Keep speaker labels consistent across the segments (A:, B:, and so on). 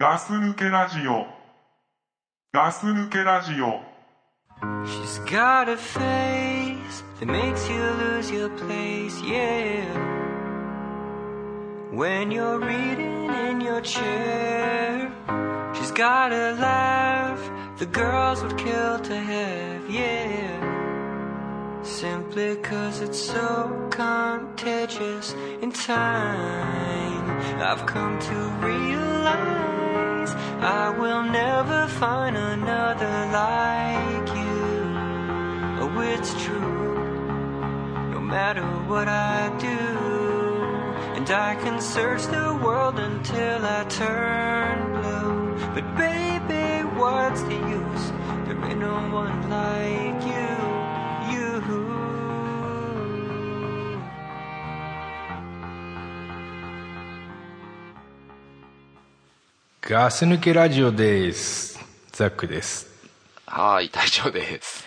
A: ガス抜けラジオ。ガス抜けラジオ。
B: She's got a face that makes you lose your place, yeah. When you're reading in your chair, she's got a laugh the girls would kill to have, yeah. Simply cause it's so contagious in time. I've come to realize I will never find another like you. Oh, it's true. No matter what I do, and I can search the world until I turn blue. But baby, what's the use? There ain't no one like you. You.
C: ガス抜けラジオですザックです
D: はーい、隊長です。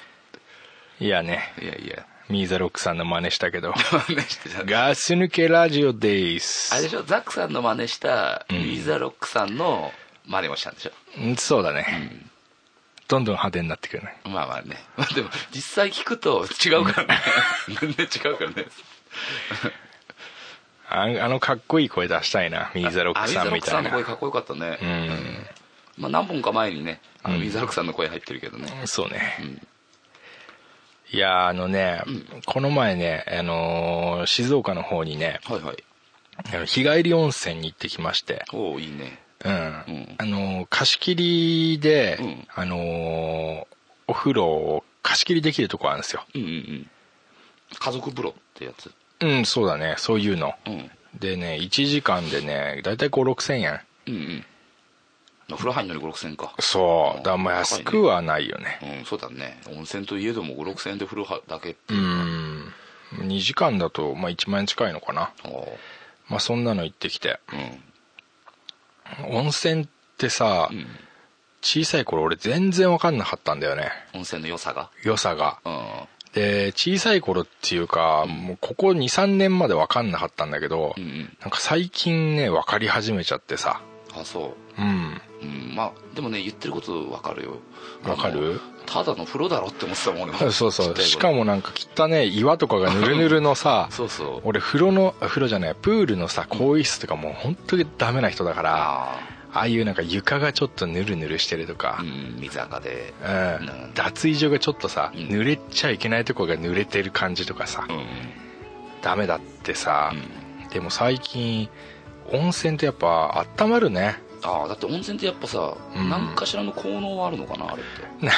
C: いやね
D: いやいや。
C: ミーザロックさんの真似したけど
D: 真似してた
C: ガス抜けラジオです
D: あれでしょ、ザックさんの真似した、
C: ん
D: ミーザロックさんの真似もしたんでしょ。
C: うんそうだね、どんどん派手になってくるね
D: まあまあね。まあでも、実際聞くと違うからね。全然違うからね。
C: ああのかっこいい声出したいなミーザロックさんみた
D: あ
C: い
D: ミーザロックさんの
C: な
D: 声かっこよかったね。
C: うん
D: まあ何本か前にね、あのミーザロックさんの声入ってるけどね。
C: そうね、
D: ん
C: いやあのね、この前ね、あのー静岡の方にね
D: はいはい。
C: あの日帰り温泉に行ってきまして
D: おおいいね。
C: うん、
D: ん
C: あの貸し切りで、
D: うん
C: あのお風呂を貸し切りできるとこあるんですよ
D: うんうんうん。家族風呂ってやつ。
C: うんそうだねそういうの
D: うん。
C: でね1時間でねだいたい5 6千円
D: うんうん。まあ風呂入んのに5、6000か。
C: そう
D: うん
C: だからまあ安くはないよね
D: うん、そうだね。温泉といえども5、6000円で風呂はだけって。
C: うん2時間だと、まあ、1万円近いのかな、
D: おー
C: まあ、そんなの行ってきて
D: うん。
C: 温泉ってさ、
D: ん
C: 小さい頃俺全然分かんなかったんだよね
D: 温泉の良さが
C: 良さが
D: うん
C: で小さい頃っていうか、もうここ23年まで分かんなかったんだけど、
D: うんうん
C: なんか最近ね分かり始めちゃってさ
D: あそ
C: うん
D: ううんまあでもね言ってることわかるよ
C: わかる
D: あのただの風呂だろって思ってたもん
C: そ
D: ね
C: う そうそうしか
D: も
C: もなんか汚ね岩とかがぬるぬるのさ
D: そうそう
C: 俺風呂のあ風呂じゃないプールのさ更衣室とかもう本当にダメな人だからあ
D: あ
C: あいうなんか床がちょっとぬるぬるしてると
D: あ
C: か
D: う、ん水垢で
C: うん
D: うん
C: 脱衣所がちょっとさ、
D: うん
C: 濡れちゃいけないとこが濡れてる感じとかさ、
D: うん
C: ダメだってさ、
D: うん
C: でも最近温泉ってやっぱ温まるね
D: ああだって温泉ってやっぱさ
C: うん
D: 何かしらの効能はあるのかなあれっ
C: なんか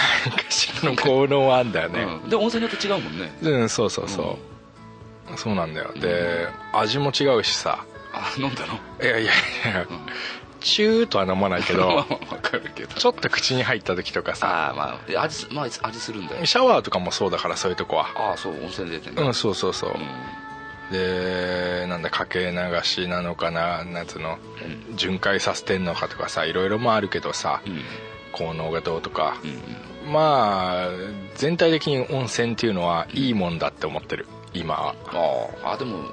C: しらの効能はあんだよ
D: て
C: ね、
D: うんで温泉によって違うもんね
C: うんそうそうそう、そうなんだよで味も違うしさ
D: あ飲んだの
C: いやいやいや、チューとは飲まないけ ど
D: わかるけど
C: ちょっと口に入った時とかさ
D: ああまあ味すまあ味するんだよ
C: シャワーとかもそうだからそういうとこは
D: ああそう温泉出てんだ
C: うんそうそうそう、
D: うん
C: でなんだかけ流しなのかななんつうの
D: う
C: 巡回させてんのかとかさいろいろもあるけどさ、
D: うん
C: 効能がどうとか
D: う、ん
C: まあ全体的に温泉っていうのはいいもんだって思ってる今は
D: あああでも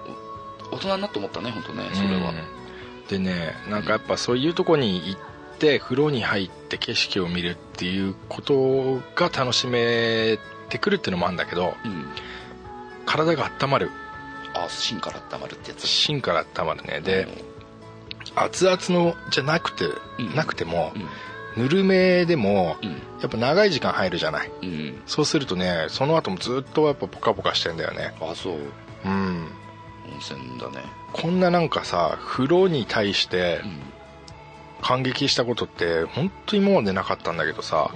D: お大人になって思ったね本当ねそれは
C: うんでねなんかやっぱそういうとこに行って風呂に入って景色を見るっていうことが楽しめてくるっていうのもあるんだけど
D: うん
C: 体が温まる
D: あ芯から温まるってやつ
C: 芯から温まるねで熱々のじゃなくて、
D: うん
C: なくても
D: う、ん
C: ぬるめでも
D: うん
C: やっぱ長い時間入るじゃない
D: うん
C: そうするとねその後もずっとやっぱポカポカしてんだよね
D: あそう
C: うん
D: 温泉だね
C: こんななんかさ風呂に対して
D: うん
C: 感激したことって本当今までなかったんだけどさ、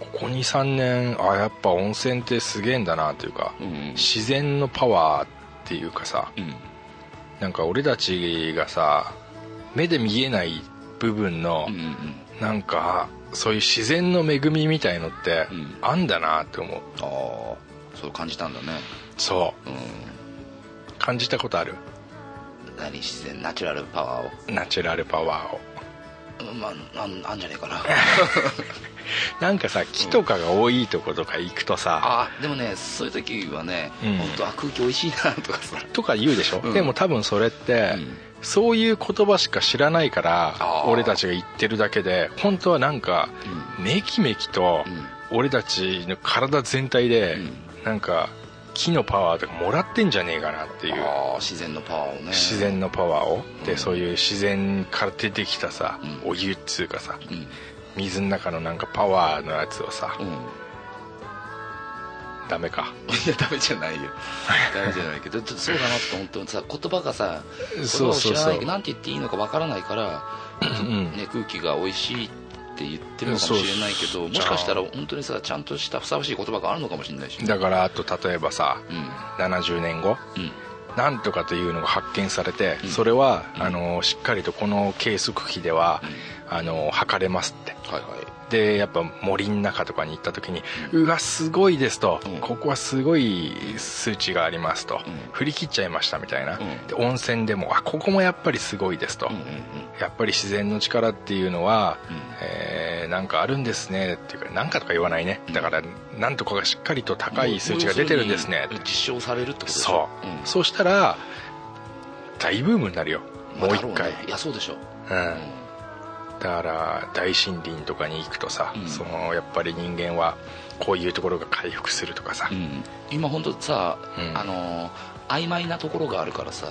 C: ここ23年あやっぱ温泉ってすげえんだなというか
D: うんうん
C: 自然のパワーっていうかさ
D: うん
C: なんか俺たちがさ目で見えない部分の
D: うんうん
C: なんかそういう自然の恵みみたいのって
D: うん
C: あんだなって思う
D: ああそう感じたんだね
C: そ
D: うん
C: う感じたことある
D: 何自然ナチュラルパワーを
C: ナチュラルパワーを
D: うんまああんあんじゃね えかな
C: なんかさ木とかが多いとことか行くとさ、
D: ああでもねそういう時はね
C: うん
D: 本当あ空気おいしいなとかさ
C: とか言うでしょ、
D: うん
C: でも多分それって、
D: うん
C: そういう言葉しか知らないから
D: あー
C: 俺たちが言ってるだけで本当はなんかメキメキと俺たちの体全体で
D: うん
C: なんか木のパワーとかもらってんじゃねえかなっていう
D: ああ自然のパワーをね
C: 自然のパワーを
D: う
C: で
D: ん
C: そういう自然から出てきたさ
D: うん
C: お湯っつうかさ
D: うん
C: 水の中のなんかパワーのやつをさ
D: うん
C: ダメか
D: いやダメじゃ ないよダメじゃないけどちょっとそうだなって本当にさ言葉がさ言葉
C: そ
D: を
C: うそ
D: 知
C: う
D: らな
C: そ
D: いうなんて言っていいのかわからないから
C: うん
D: ね、空気が美味しいって言ってるのかもしれないけ
C: そう
D: どもしかしたら本当にさちゃんとしたふさわしい言葉があるのかもしれないしね
C: だからあと例えばさ
D: うん
C: 70年後
D: うん
C: なんとかというのが発見されて、
D: うん
C: それは、
D: うん
C: あのしっかりとこの計測器では、あの測れますって
D: はいはい
C: でやっぱ森の中とかに行った時に「うわすごいです」と、
D: うん
C: ここはすごい数値があります」と、
D: うん
C: 振り切っちゃいました」みたいな、
D: うん
C: で温泉でも「あここもやっぱりすごいです」と、
D: うんうんうん
C: やっぱり自然の力っていうのは、
D: うん
C: えーなんかあるんですねっていうかなんかとか言わないねだからなんとかがしっかりと高い数値が出てるんですね
D: 実証されるってことでしょ
C: そう、そうしたら大ブームになるよ
D: うん
C: もう
D: まあ
C: 一
D: だろね
C: 回、
D: いやそうでしょ
C: うんだから大森林とかに行くとさ、
D: うん
C: そのやっぱり人間はこういうところが回復するとかさ、
D: うん今本当さ
C: うん
D: あのー曖昧なところがあるからさ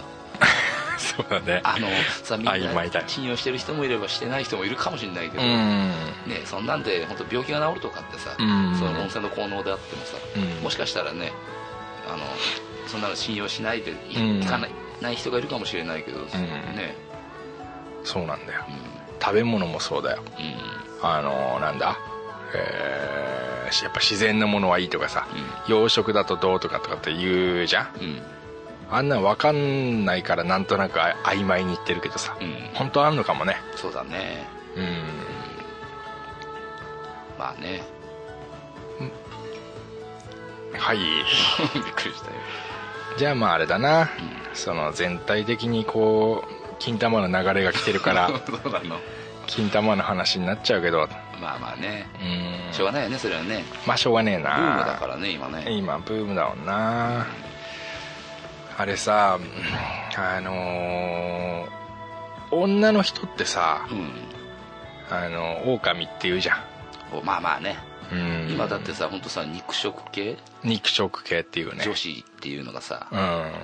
C: そうだね
D: あのさみん
C: 曖昧だ
D: な
C: よ
D: 信用してる人もいればしてない人もいるかもしれないけ
C: う
D: ど
C: ん
D: ねそんなんで本当病気が治るとかってさ
C: うん
D: その温泉の効能であってもさ
C: うん
D: もしかしたらねあのそんなの信用しないでい,、
C: うん
D: かないない人がいるかもしれないけど、ね、
C: そうなんだよ
D: う
C: 食べ物もそうだよ
D: んうん
C: あのなんだえーしやっぱ自然のものはいいとかさ
D: うん
C: 養殖だとどうとかとかって言うじゃん
D: うん
C: あんなん分かんないからなんとなくあ曖昧に言ってるけどさ、
D: うん
C: 本当あんのかもね
D: そうだね
C: うん
D: まあね
C: はい
D: びっくりしたよ
C: じゃあまああれだな、その全体的にこう金玉の流れが来てるから
D: そうなの
C: 金玉の話になっちゃうけど
D: まあまあね
C: うん
D: しょうがないよねそれはね
C: まあしょうがねえ
D: ブ
C: な
D: ームだからね今ね
C: 今ブームだもんなあれさうんあのー女の人ってさ
D: うん
C: あの狼って言うじゃん
D: おまあまあね
C: うん
D: 今だってさ本当さ肉食系
C: 肉食系っていうね
D: 女子っていうのがさ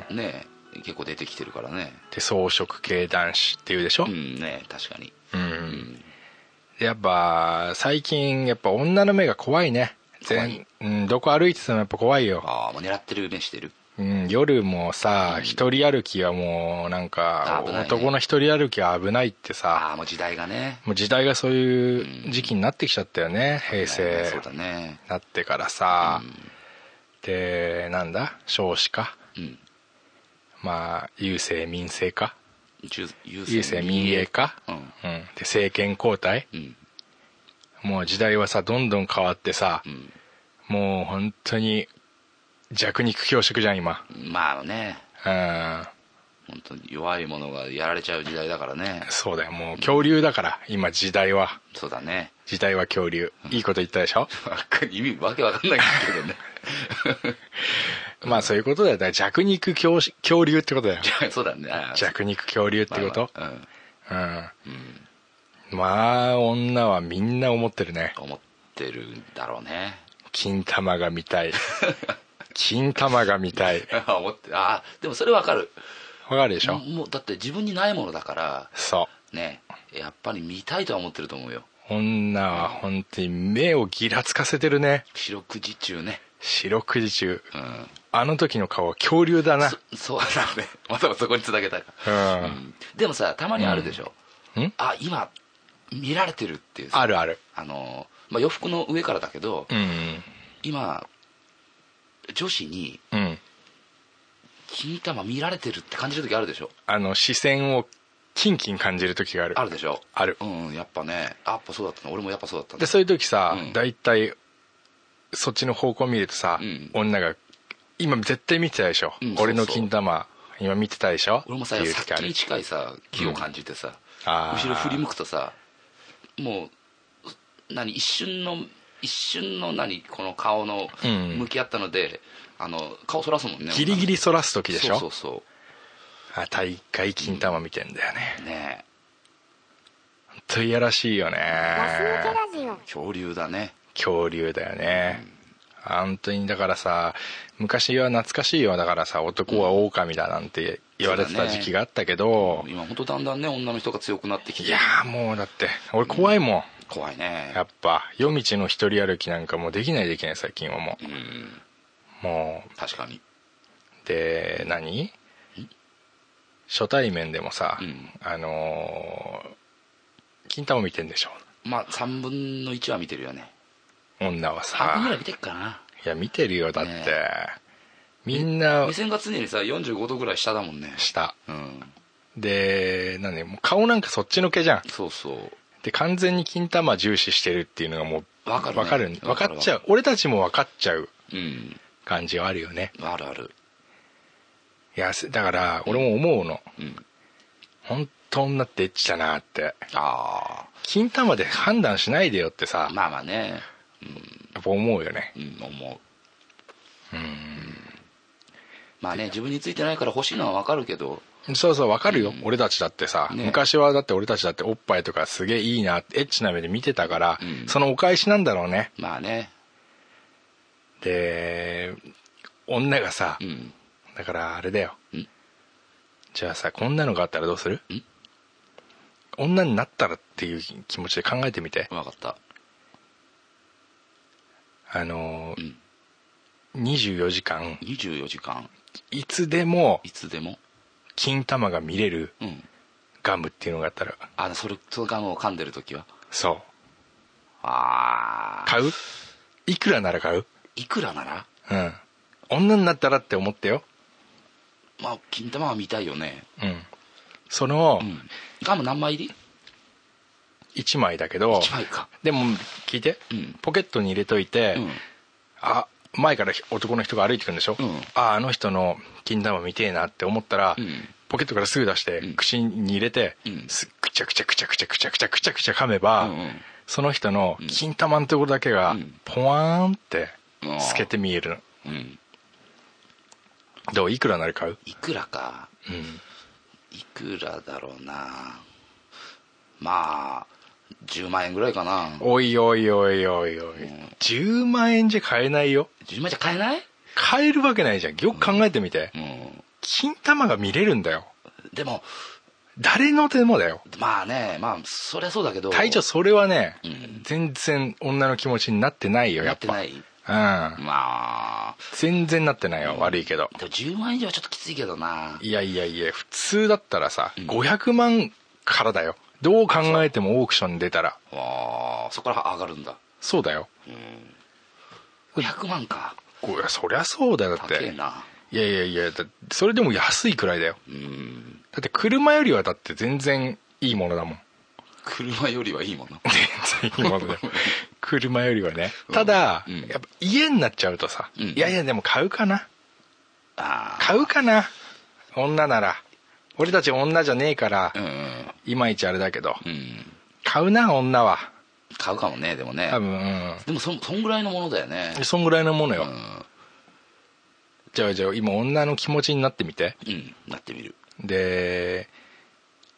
C: うん
D: ね結構出てきてるからね
C: で草食系男子っていうでしょ
D: うんね確かに
C: うん、
D: うん
C: やっぱ最近やっぱ女の目が怖いね
D: 怖
C: 全
D: い
C: うん、どこ歩いててもやっぱ怖いよ、
D: ああもう狙ってる目してる
C: うん、夜もさ一人歩きはもうなんか
D: あ危ないね
C: 男の一人歩きは危ないってさ
D: ああもう時代がね
C: もう時代がそういう時期になってきちゃったよね平成
D: そうだね
C: なってからさ、でなんだ少子化
D: うん
C: まあ郵政民生化
D: 郵
C: 郵政民営化、
D: うん
C: うんで政権交代
D: うん
C: もう時代はさどんどん変わってさ、
D: うん
C: もう本当に弱肉強食じゃん今
D: まあね
C: うん
D: 本当に弱いものがやられちゃう時代だからね
C: そうだよもう恐竜だから今時代は
D: そうだね
C: 時代は恐竜いいこと言ったでしょ
D: わかん意味わけわかんないけどね
C: まあそういうことだよだから弱肉強し恐竜ってことだよ
D: そうだねああ
C: 弱肉恐竜ってこと
D: まあまあ
C: うんまあ女はみんな思ってるね
D: うん思ってるんだろうね
C: 金玉が見たい金玉が見たい
D: あ思ってああでもそれわかる
C: わかるでしょ
D: もうだって自分にないものだから
C: そう
D: ねやっぱり見たいとは思ってると思うよ
C: 女は本当に目をギラつかせてるね
D: 四六時中ね
C: 四六時中
D: うん
C: あの時の顔は恐竜だな
D: そ そうだねまさかそこにつなげたか
C: うん、
D: でもさたまにあるでしょ、
C: うんん
D: あ今見られてるっていうさ
C: あるある
D: あの、まあ、洋服の上からだけど、
C: うん
D: 今女子に
C: うん
D: 金玉見られてるって感じる時あるでしょ
C: あの視線をキンキン感じる時がある
D: あるでしょ
C: ある
D: うんうんやっぱねあやっぱそうだったの俺もやっぱそうだったん
C: で
D: だ
C: そういう時さ
D: うん
C: 大体、そっちの方向見るとさ、
D: うん
C: 女が「今絶対見てたでしょ、
D: うん
C: 俺の
D: そうそう
C: 金玉今見てたでしょ」
D: 俺もさ
C: っていう時あ
D: 先
C: る
D: に近いさ気を感じてさ、
C: あー
D: 後ろ振り向くとさもう何一瞬の一瞬の何この顔の
C: うん
D: 向き合ったので、あの顔そらすもんね
C: ギリギリそらす時でしょ
D: そうそうそう
C: あ大会金玉見てんだよね
D: ね
C: ほんといやらしいよね
E: ガス抜けラジオ
D: え恐竜だね
C: 恐竜だよね本当にだからさ昔は懐かしいよだからさ男は狼だなんて言われてた時期があったけど、
D: 今本当だんだんね女の人が強くなってき
C: い
D: て
C: やーもうだって俺怖いもん、
D: 怖いね
C: やっぱ夜道の一人歩きなんかもうできないできない最近はも
D: うん
C: うも
D: 確かに
C: うで何初対面でもさ、
D: うん
C: あのー金玉見てんでしょ
D: まあ3分の1は見てるよね
C: 女は
D: 半分ぐらい
C: さ
D: 見てっかない
C: や見てるよだって、
D: ね
C: みんな
D: 目線が常にさ45度ぐらい下だもんね
C: 下
D: うん
C: で何もう顔なんかそっちのけじゃん
D: そうそう
C: で完全に金玉重視してるっていうのがもう
D: わかるね
C: わかるわ
D: わか
C: か
D: る
C: っちゃう俺たちも分かっちゃう
D: うん
C: 感じはあるよね
D: あるある
C: いやせだから俺も思うの
D: うん
C: 本当女ってエッチだなって
D: あ
C: 金玉で判断しないでよってさ
D: あまあまあね
C: やっぱ思うよね
D: うん思うまあね自分についてないから欲しいのはわかるけど
C: そうそう分かるよ、俺たちだってさ、
D: ね
C: 昔はだって俺たちだっておっぱいとかすげえいいなってエッチな目で見てたから、
D: うん
C: そのお返しなんだろうね
D: まあね
C: で女がさ、
D: うん
C: だからあれだよ
D: ん
C: じゃあさこんなのがあったらどうする
D: ん
C: 女になったらっていう気持ちで考えてみて
D: わかった
C: あの
D: うん
C: 24時間
D: 24時間
C: いつでも
D: いつでも
C: 金玉が見れる
D: うん
C: ガムっていうのがあったら
D: あそれとガムを噛んでる時は
C: そう
D: ああ
C: 買ういくらなら買う
D: いくらなら
C: うん女になったらって思ってよ
D: まあ金玉は見たいよね
C: うんその
D: うんガム何枚入り
C: 1枚だけど、
D: 1枚か
C: でも聞いて、
D: うん
C: ポケットに入れといて、
D: うん
C: あ前から男の人が歩いてくるんでしょ、
D: うん
C: ああの人の金玉見てえなって思ったら、
D: うん
C: ポケットからすぐ出して、
D: うん
C: 口に入れて、
D: うん
C: すくちゃくちゃくちゃくちゃくちゃくちゃくちゃくちゃ噛めば、
D: うんうん
C: その人の金玉のところだけが
D: うん
C: ポワーンって
D: うん
C: 透けて見えるの
D: うん
C: どういくらなら買う、
D: いくらか
C: うん、
D: いくらだろうなまあ10万円ぐらいかな
C: おいおいおいおいおい、
D: ん
C: 10万円じゃ買えないよ
D: 10万じゃ買えない
C: 買えるわけないじゃんよく考えてみて、
D: うん
C: 金玉が見れるんだよ
D: でも
C: 誰の手もだよ
D: まあねまあそりゃそうだけど
C: 隊長それはね、
D: うん
C: 全然女の気持ちになってないよや
D: や
C: っ
D: って
C: ぱ
D: ない
C: うん
D: まあ
C: 全然なってないよ、悪いけど
D: でも10万円以上はちょっときついけどない
C: やいやいや普通だったらさ、
D: ん
C: 500万からだよどう考えてもオークションに出たら
D: あーそこから上がるんだ
C: そうだよ
D: 100万か
C: こうそりゃそうだよだっ
D: 高え
C: て
D: ない
C: やいやいやだそれでも安いくらいだよ
D: うん
C: だって車よりはだって全然いいものだもん
D: 車よりはいいもの
C: 全然いいも のだよ車よりはねただ、
D: うん
C: やっぱ家になっちゃうとさ、
D: うん
C: いやいやでも買うかな
D: ああ
C: 買うかな女なら俺たち女じゃねえから、
D: うん
C: いまいちあれだけど
D: うんうん
C: 買うな女は
D: 買うかもねでもね
C: 多分、
D: でもそそんぐらいのものだよね
C: うん、そんぐらいのもの
D: う
C: よ、
D: ん
C: じゃあじゃあ今女の気持ちになってみて
D: うんなってみる
C: で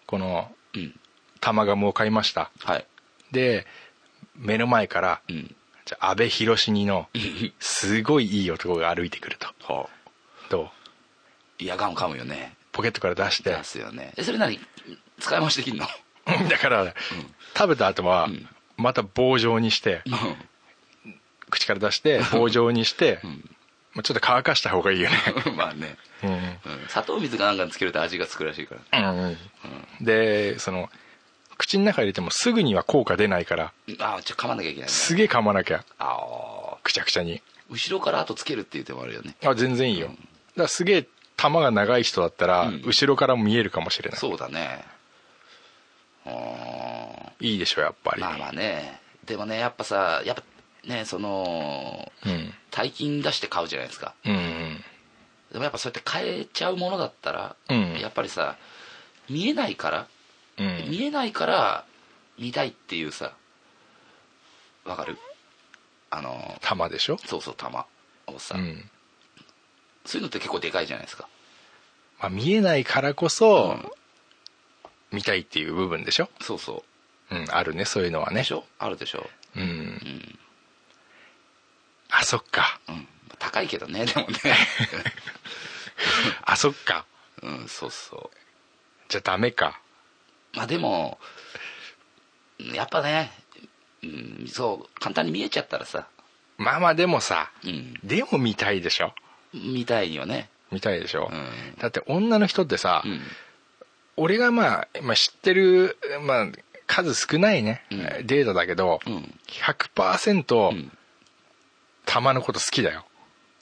C: この
D: うん
C: 玉ガムを買いました
D: はい
C: で目の前から、
D: うん
C: じゃあ安倍博士似のすごいいい男が歩いてくると
D: はあ
C: どう
D: いやガム噛むよね
C: ポケットから出して
D: 出すよねえそれ何使い回しできんの
C: だから、食べた後は、
D: ん
C: また棒状にして、
D: うん
C: 口から出 して棒状にして、
D: ん
C: まあちょっと乾かした方がいいよね
D: まあね、
C: うん
D: うん、砂糖水かなんかにつけると味がつくらしいか ら
C: うん、でその口の中入れてもすぐには効果出ないから
D: ああちょっと噛まなきゃいけないね
C: すげえ噛まなきゃ
D: ああ
C: くちゃくちゃに
D: 後ろから後つけるっていう手もあるよね
C: あ全然いいよだからすげえ玉が長い人だったら、
D: うん
C: 後ろからも見えるかもしれない
D: そうだねうーん
C: いいでしょやっぱり、
D: まあまあねでもねやっぱさやっぱねその
C: うん
D: 大金出して買うじゃないですか
C: うんうん
D: でもやっぱそうやって買えちゃうものだったら、
C: うん
D: やっぱりさ見えないから、
C: うん
D: 見えないから見たいっていうさわかるあの
C: 玉でしょ
D: そうそう玉をさ、
C: うん
D: そういうのって結構でかいじゃないですか
C: まあ、見えないからこそ、見たいっていう部分でしょ、
D: そうそ
C: うん、あるねそういうのは
D: うで
C: ね
D: しょあるでしょ
C: うん
D: うん、
C: あそっか
D: うん、高いけど ねでもね
C: あそっか
D: うんそうそ
C: じゃダメか
D: うまあでもやっぱね、うん、そう簡単に見えちゃったらさ、
C: まあまあでもさ
D: うん、
C: でも見たいでしょ
D: 見たいよね
C: 見たいでしょ、
D: うん
C: だって女の人ってさ、
D: うん
C: 俺がまあ、まあ、知ってる、まあ、数少ないね、
D: うん
C: データだけど、
D: うん
C: 100%、
D: うん
C: 玉のこと好きだよ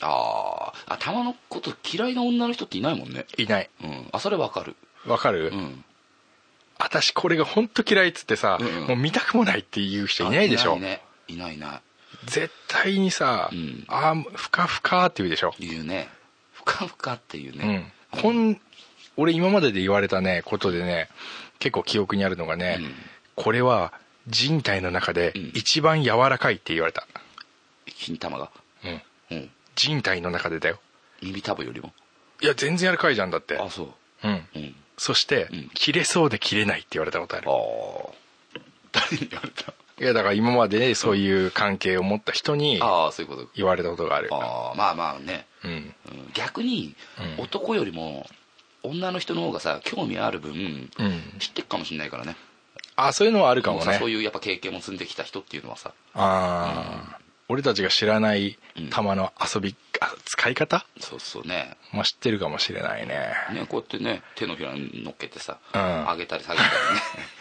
D: あーあ玉のこと嫌いな女の人っていないもんね
C: いない
D: うんあそれわかる
C: わかる、
D: うん
C: 私これが本当嫌いっつってさ、
D: うんうん
C: もう見たくもないっていう人いないでしょ
D: いないねいないいな
C: 絶対にさ「
D: うん
C: あーふかふか」って言うでしょ、
D: い言うねふかふかっていう
C: うん
D: ね、
C: こん俺今までで言われたねことでね結構記憶にあるのがね、
D: うん
C: これは人体の中で
D: うん
C: 一番柔らかいって言われた、
D: 金玉が
C: うん、
D: うん
C: 人体の中でだよ
D: 耳たぶよりも
C: いや全然柔らかいじゃんだって
D: あそう
C: うん
D: うん
C: そして、
D: うん
C: 切れそうで切れないって言われたことある
D: ああ誰に言われた
C: いやだから今までねそういう関係を持った人に
D: ああそういうこ
C: 言われたことがある
D: とああまあまあね、
C: うん
D: うん逆に
C: うん
D: 男よりも女の人の方がさ興味ある分、
C: うん
D: 知ってくかもしれないからね
C: あそういうのはあるかも
D: さ
C: ね
D: そういうやっぱ経験も積んできた人っていうのはさ
C: ああ俺たちが知らない
D: うん
C: 球の遊び、あ使い方、
D: そうそうね
C: まあ、知ってるかもしれないね
D: ねこうやってね手のひらに乗っけてさ、
C: うん
D: 上げたり下げたりね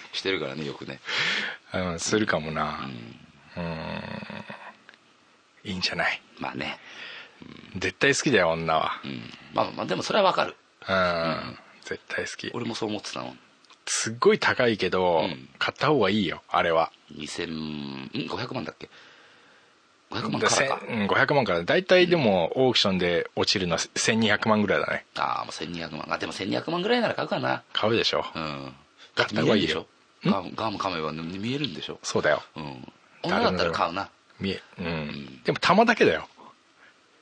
D: してるからねよくね
C: うんするかもなうんいいんじゃない
D: まあね、
C: 絶対好きだよ女は
D: うん、まあまあでもそれはわかる
C: うん絶対好き
D: 俺もそう思ってたもん
C: すっごい高いけど、
D: うん
C: 買った方がいいよあれは
D: 2000ん500万だっけ500万からか
C: でせんうん500万から大体でもオークションで落ちるのは1200万ぐらいだね
D: ああもう1200万あでも1200万ぐらいなら買うかな
C: 買うでしょ、
D: うん
C: 買
D: だ
C: っ
D: っ
C: てた方
D: 見え
C: が
D: る
C: いい
D: でしょ
C: よ
D: ガムガム噛めば見えるんでしょ
C: そうだよ
D: うん女
C: 誰
D: だ
C: も
D: ったら買うな
C: 見えうん、
D: ん
C: でも玉だけだよ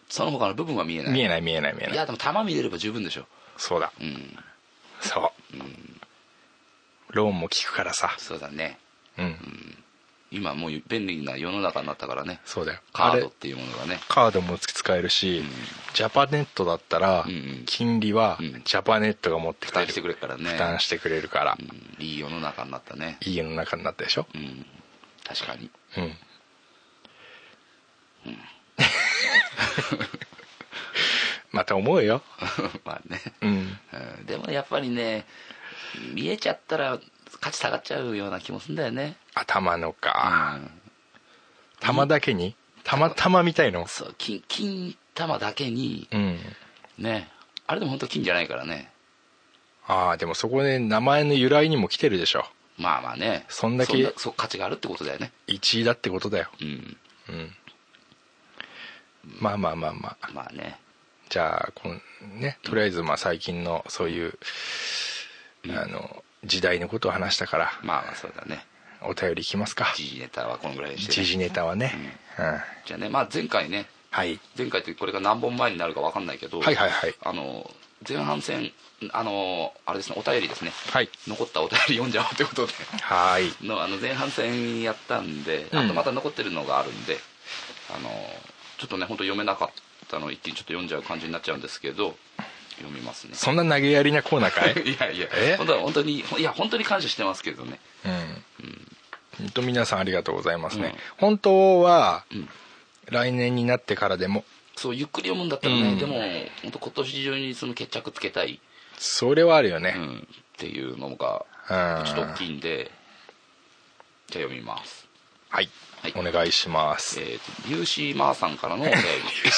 D: その他の部分は見えない
C: 見え
D: な
C: ない見えない見えない
D: やでも玉見れれば十分でしょ
C: そうだ
D: うん
C: そう、ローンも効くからさ
D: そうだね
C: うん、
D: 今もう便利な世の中になったからね
C: そうだよ
D: カ
C: あ
D: ー
C: れ
D: ドっていうものがね
C: カードも使えるし、ジャパネットだったら
D: うんうん
C: 金利は
D: うん
C: ジャパネットが持ってきて
D: 負担
C: る
D: してくれるからね
C: 負担してくれるから、
D: うんいい世の中になったね
C: いい世の中になったでしょ
D: うん確かに
C: うん、また思うよ
D: まあね
C: うん
D: うんでもやっぱりね見えちゃったら価値下がっちゃうような気もするんだよね
C: 頭のか、
D: あ
C: 玉だけにたまたまみたいの
D: そう金金玉だけに
C: うん
D: ねあれでも本当金じゃないからね
C: ああでもそこで名前の由来にも来てるでしょ
D: まあまあね
C: そんだけ
D: そう価値があるってことだよね
C: 1位だってことだよ
D: うん
C: うんまあまあまあまあ
D: まあね
C: じゃあこんねとりあえずまあ最近のそういう、あの時代のことを話したから
D: まあまあそうだね
C: お便りいきますか
D: 時事ネタはこのぐらいにして、
C: 時
D: ね、
C: 事ネタはね、うん
D: じゃあねまあ前回ね
C: はい
D: 前回ってこれが何本前になるか分かんないけど
C: はいはいはい
D: あの前半戦あのあれですねお便りですね
C: はい
D: 残ったお便り読んじゃおうってことで
C: はーい
D: のあの前半戦やったんで、
C: うん
D: あとまた残ってるのがあるんであのちょっとね本当読めなかったのを一気にちょっと読んじゃう感じになっちゃうんですけど読みますね
C: そんな投げやりなコーナーかい、
D: いやいや
C: え
D: 本当は本当にいや本当に感謝してますけどね
C: うん、うんと皆さんありがとうございますね、
D: うん
C: 本当は
D: ん
C: 来年になってからでも
D: そうゆっくり読むんだったらね、
C: うん
D: でも本当今年中にその決着つけたい、
C: それはあるよ
D: う
C: ね、
D: ん、っていうのが
C: うん
D: ちょっと大きいんで、じゃあ読みます
C: はい、
D: はい
C: お願いします、
D: えーとリューシーマーさんからのお 便り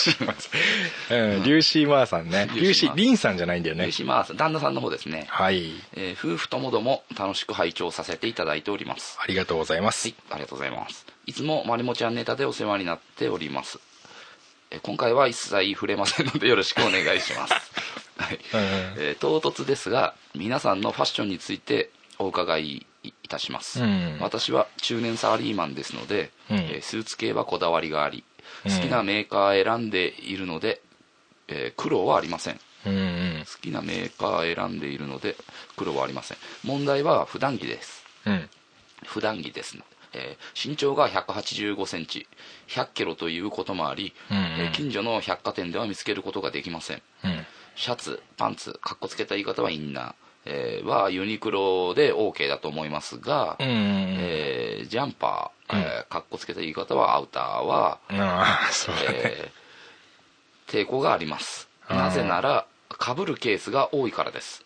C: うん、リューシー・マーさんねリ
D: リュ
C: ュ
D: ー
C: ー
D: シ
C: シ
D: ー
C: ー・リンさんじゃないんだよ
D: リュー
C: ね
D: シーマーさん旦那さんの方ですね
C: はい
D: えー夫婦ともども楽しく拝聴させていただいております
C: ありがとうございま
D: は
C: す
D: いありがとうございますいつもまりもちゃんネタでお世話になっておりますえー今回は一切触れませんのでよろしくお願い しますはい、
C: うんうん
D: えー唐突ですが皆さんのファッションについてお伺いいたします、
C: うん
D: 私は中年サラリーマンですので、
C: うん
D: えースーツ系はこだわりがあり
C: うん
D: 好きなメーカー選んでいるので、えー苦労はありません
C: うんうんうんうん
D: 好きなメーカー選んでいるので苦労はありません問題は普段着です
C: うん
D: 普段着です、えー身長が1 8 5センチ1 0 0キロということもあり、
C: うんうん
D: えー近所の百貨店では見つけることができません
C: うん
D: シャツパンツかっこつけた言い方はインナー、えーはユニクロで OK だと思いますが、
C: うんうん
D: えージャンパー、
C: うん
D: えーかっこつけた言い方はアウターは、
C: うんああそうだね
D: えー抵抗があります
C: あー
D: なぜならかぶるケースが多いからです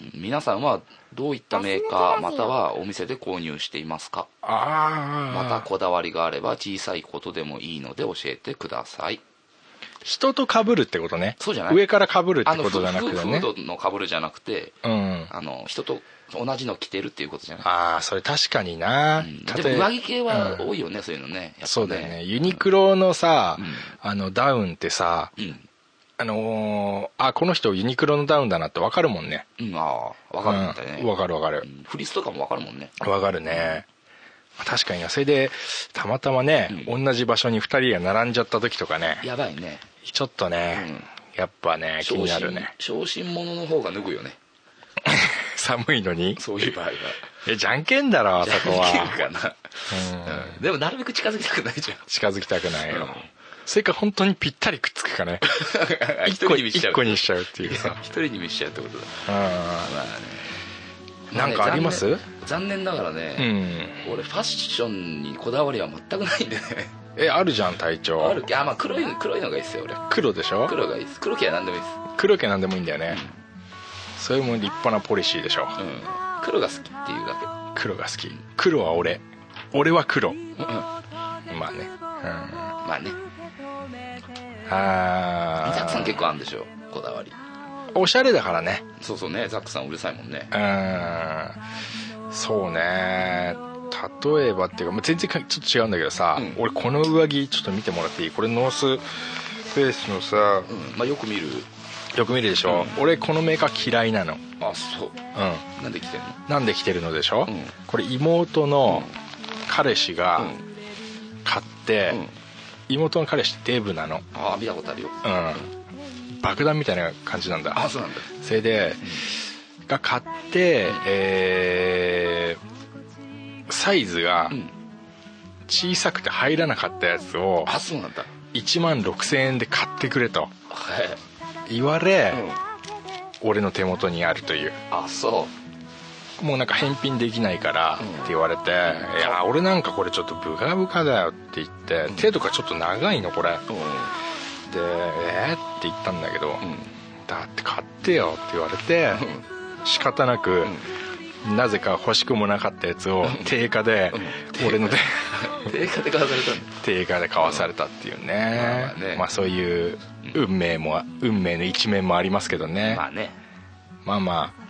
D: うん皆さんはどういったメーカーまたはお店で購入していますか
C: ああ
D: またこだわりがあれば小さいことでもいいので教えてください
C: 人と被るってことね
D: そうじゃない
C: 上から被るっ
D: あ
C: て
D: の
C: こ
D: フ
C: とじゃな
D: ー
C: く
D: フ
C: て
D: ー
C: ね
D: ドのかぶるじゃなくて
C: うん
D: あの人と同じの着てるっていうことじゃない、
C: ああそれ確かにな、
D: うん、
C: たと
D: で
C: え
D: も上着系は
C: うん
D: 多いよね、そういうのねやっぱね
C: そうだよねユニクロのさ、
D: うん
C: あのダウンってさ
D: うん、
C: あのーあこの人ユニクロのダウンだなってわかるもんね
D: うん、ああ分かるんだね、
C: うんわかるわか
D: う
C: る
D: んフリスとかも分かるもんね
C: わかるね確かになそれでたまたまね、同じ場所に2人が並んじゃった時とかね
D: やばいね
C: ちょっとね、やっぱね気になるね
D: 小心者の方が脱ぐよね
C: 寒いのに
D: そういう場合は
C: えじゃんけんだろあそ こ
D: じゃん
C: は
D: けんかな、うんでもなるべく近づきたくないじゃん
C: 近づきたくないよ、
D: うん
C: それか本当にぴったりくっつく かね一個一個にしちゃうっていうさ
D: 一人に見しちゃうってことだ
C: う
D: まあね
C: なんかあります
D: まあね残念残念ながら
C: ん、う
D: ね、
C: ん
D: 俺ファッションにこだわりは全くないんでね
C: えあるじゃん隊長
D: あるあまあ黒いの黒いのがいいっすよ俺
C: 黒でしょ
D: 黒がいいっす黒系は何でもいいっす
C: 黒毛なんでもいいんだよね、それも立派なポリシーでしょ
D: うん黒が好きっていうだ
C: 黒が好き黒は俺俺は黒
D: けうんま
C: まあねうん
D: あねザッ
C: あ
D: クさん
C: ー
D: 結構あるんでしょこだわり
C: おしゃれだからね
D: そうそうねザックさんうるさいもんね
C: うんそうね例えばっていうかまあ全然かちょっと違うんだけどさ、
D: うん
C: 俺この上着ちょっと見てもらっていいこれノースフェイスのさ
D: うんまあよく見る
C: よく見るでしょ、俺このメーカー嫌いなのうん
D: あそうなんで着てんの
C: なんで着てるのでしょ、
D: うん
C: これ妹の彼氏
D: う
C: が
D: ん
C: 買って、
D: うん
C: 妹の彼氏ってデブなの
D: ああ見たことあるよ
C: うん爆弾みたいな感じなんだ
D: あそうなんだ
C: それでが買ってえーサイズが
D: うん
C: 小さくて入らなかったやつを
D: あそうなんだ
C: 1万6000円で買ってくれと
D: はい
C: 言われ、
D: うん
C: 俺の手元にあるという
D: あそ
C: もうなんか返品できないから
D: うん
C: って言われて「いや俺なんかこれちょっとブカブカだよ」って言って「手とかちょっと長いのこれ」で
D: ううん
C: 「えっ?」って言ったんだけど
D: うん
C: 「だって買ってよ」って言われて仕方なくなぜか欲しくもなかったやつを定価で
D: うん
C: 俺の手
D: 定価で買わされたんだ
C: 定価で買わされたっていう
D: まあまあね
C: ねまあそういう運命も運命の一面もありますけどね
D: まあね
C: まあまあ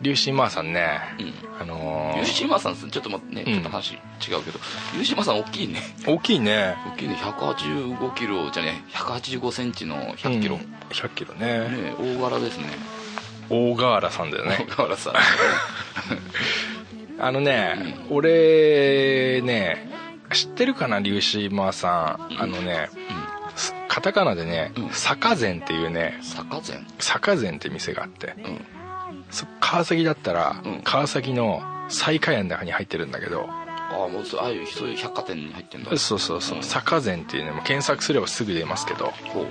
C: 龍神マーさんね
D: うん
C: あのー
D: ユーシマさんちょっと待ってね
C: うん
D: ちょっと話違うけどユーシマさん大きいね
C: 大きいね
D: 大きいね185キロじゃね185センチの100キロ
C: うん
D: ね
C: 100キロね
D: え大柄ですね
C: 大河原さんだよ
D: 大
C: ね
D: 柄 さん
C: あのね、俺ね知ってるかな龍島さんあのね、すカタカナでね、
D: うん
C: 坂膳っていうね
D: 坂前
C: 坂膳って店があって
D: うん
C: そ川崎だったら、
D: うん
C: 川崎の西海岸の中に入ってるんだけど、
D: ああもうそうああいうそういう百貨店に入ってんだ
C: そうそうそう、
D: うん
C: 坂膳っていうねもう検索すればすぐ出ますけど、
D: ほう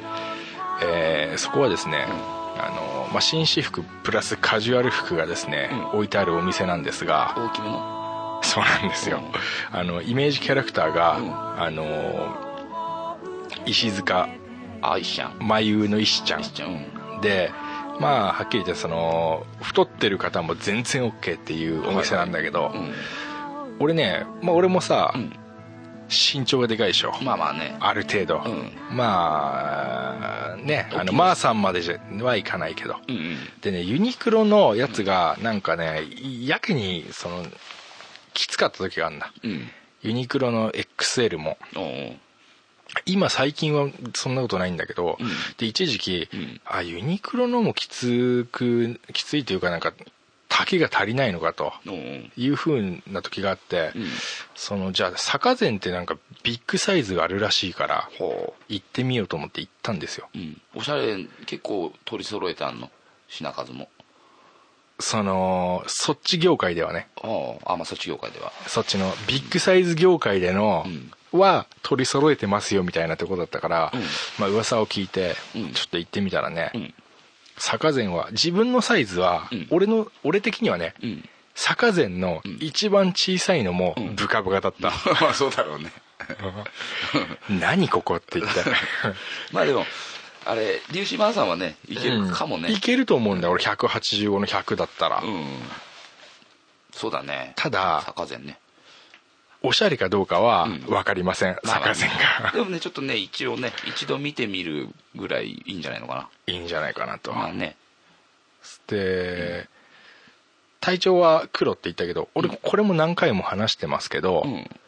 C: えーそこはですね、
D: うん
C: あのまあ、紳士服プラスカジュアル服がですね、
D: うん
C: 置いてあるお店なんですが、
D: 大きめの
C: そうなんですよ、あのイメージキャラクターが、
D: うん
C: あの石塚
D: あいしちゃん
C: 眉の石ちゃ
D: いし
C: ん
D: ちゃんうん
C: でまあはっきり言ってその太ってる方も全然 OK っていうお店なんだけど、
D: うん
C: 俺ね、まあ、俺もさ、
D: うん
C: 身長がでかいでしょ、
D: まあまあね
C: ある程度、
D: う
C: まあねあ
D: 大きいで
C: の
D: す
C: まーさんまでじゃはいかないけど
D: うんうん
C: でねユニクロのやつがなんかねやけにそのきつかった時があるんだ
D: うん
C: ユニクロの XL も
D: おうおう
C: 今最近はそんなことないんだけど、
D: うん
C: で一時期、
D: うん
C: あユニクロのもきつくきついというかなんか丈が足りないのかと
D: うんうん
C: いうふうな時があって、
D: うん
C: そのじゃあ坂膳ってなんかビッグサイズがあるらしいから
D: ほ
C: 行ってみようと思って行ったんですよ
D: ううんおしゃれ結構取り揃えてあんの品数も
C: そのそっち業界ではね
D: あああまあそっち業界では
C: そっちのビッグサイズ業界での
D: うん
C: は取り揃えてますよみたいなとこだったから、
D: うん
C: まあ噂を聞いてち
D: う
C: ょ
D: ん
C: っと行ってみたらね、
D: うん
C: 坂膳は自分のサイズは、
D: うん
C: 俺の俺的にはね
D: うん
C: 坂膳の一番小さいのも
D: ん
C: ブカブカだった、
D: まあそうだろうね
C: 何ここって言って
D: まあでもあれ粒子マンさんはね いけるかもね
C: うんいけると思うんだよ俺185の100だったら、
D: うんそうだね
C: ただ
D: 坂膳ね
C: おしゃれかどうかは
D: うん
C: 分かりません、
D: まあまあ
C: 坂膳が、
D: でもねちょっとね一応ね一度見てみるぐらいいいんじゃないのか
C: いいんじゃないかなと、
D: なまあね
C: で、体調は黒って言ったけど俺これも何回も話してますけど、
D: うん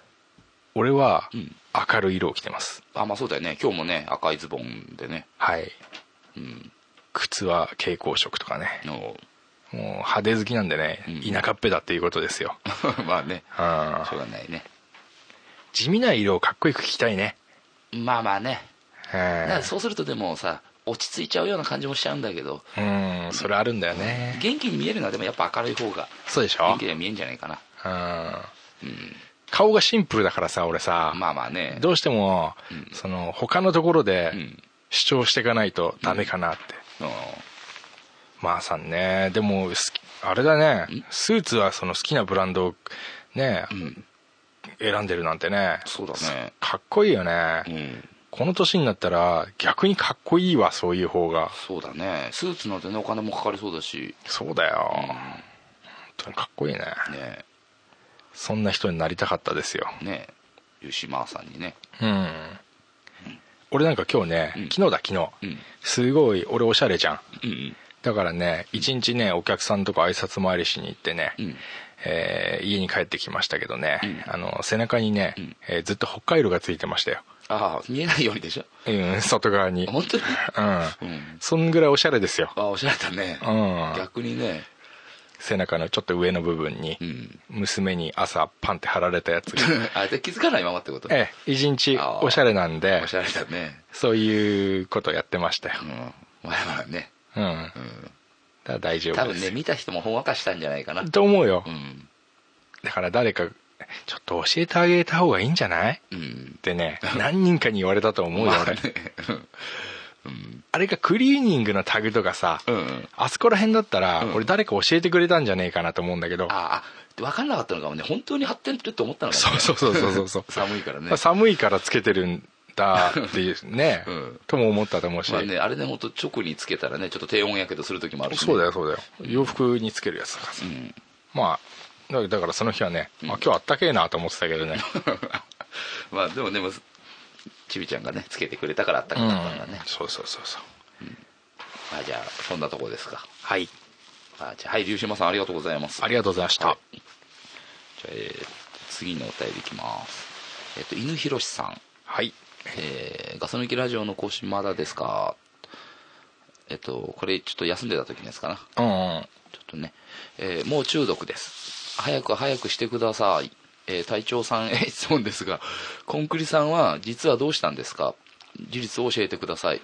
C: 俺は
D: うん
C: 明るい色を着てます
D: あまあそうだよね今日もね赤いズボンでね
C: はい
D: うん
C: 靴は蛍光色とかね
D: の
C: もう派手好きなんでね、
D: うん
C: 田舎っぺだっていうことですよ、
D: まあね
C: うん
D: しょうがないね
C: 地味な色をかっこよく着たいね、
D: まあまあね
C: うん
D: だからそうするとでもさ落ち着いちゃうような感じもしちゃうんだけど
C: うんそれあるんだよね
D: 元気に見えるのはでもやっぱ明るい方が
C: そうでしょ
D: 元気、には見えんじゃないかな
C: うん、
D: うん
C: 顔がシンプルだからさ俺さ、
D: まあまあね
C: どうしても、
D: うん
C: その他のところ
D: う
C: で
D: ん
C: 主張していかないとダメかなって、
D: うん
C: まあさんねでも好きあれだね
D: ん
C: スーツはその好きなブランドをね、
D: うん
C: 選んでるなんてね
D: そうだね
C: かっこいいよね、
D: うん
C: この年になったら逆にかっこいいわそういう方が
D: そうだねスーツなんてねお金もかかりそうだし
C: そうだよ、
D: うん
C: 本当にかっこいいね
D: ね
C: そんな人になりたかったですよ
D: えねえ吉間さんにね
C: うん俺なんか今日ね、
D: うん
C: 昨日だ昨日
D: うん
C: すごい俺おしゃれじゃん
D: うん
C: だからね一日ねお客さんとか挨拶回りしに行ってね、
D: うん
C: えー家に帰ってきましたけどね、
D: うん
C: あの背中にね、
D: ん
C: えーずっと北海道がついてましたよ、
D: ああ見えないようにでしょ
C: うん、外側に
D: 本 当に
C: うん
D: うん
C: そんぐらいおしゃれですよ、
D: ああおしゃれだね
C: うん、
D: 逆にね
C: 背中のちょっと上の部分に
D: うん
C: 娘に朝パンって貼られたやつが
D: あで気づかないままってこと
C: ええ一日おしゃれなんで
D: おしゃれだね
C: そういうことやってましたよ
D: うんまあまあね
C: うん
D: うん
C: だから大丈
D: 多
C: 夫で
D: 分
C: す
D: ね見た人もほんわかしたんじゃないかな
C: と思うよ
D: うん
C: だから誰かちょっと教えてあげた方がいいんじゃない
D: うん
C: って ね何人かに言われたと思うよ
D: まあ
C: 俺
D: ねうん
C: あれがクリーニングのタグとかさ
D: うん
C: あそこら辺だったら
D: うん
C: 俺誰か教えてくれたんじゃねえかなと思うんだけど
D: ああ分かんなかったのかもね本当に発展ってると思ったのかも
C: そ
D: ね
C: うそうそうそうそうそう
D: 寒いからね
C: まあ寒いからつけてるんだっていうね
D: うん
C: とも思ったと思うし
D: まあねあれね本当直につけたらねちょっと低温やけどする時もあるしね
C: そうだよそうだよ洋服につけるやつだからさ
D: うん
C: まあだだからその日はね、まあ、今日あったけえなと思ってたけ どね
D: まあでもでもちびちゃんがねつけてくれたからあった
C: う
D: かか
C: ん
D: ったんだね、
C: そうそうそうそう
D: まあじゃあそんなとこですか
C: はい
D: あじゃあはい龍島さんありがとうございます
C: ありがとうございました、
D: はいじゃあ、えー次のお便りいきますえっ、と犬ひろしさん
C: はい
D: えーガス抜きラジオの更新まだですかえっとこれちょっと休んでた時のやつかな
C: うんうん
D: ちょっとね、えーもう中毒です早く早くしてください、えー隊長さんへ 質問ですがコンクリさんは実はどうしたんですか事実を教えてください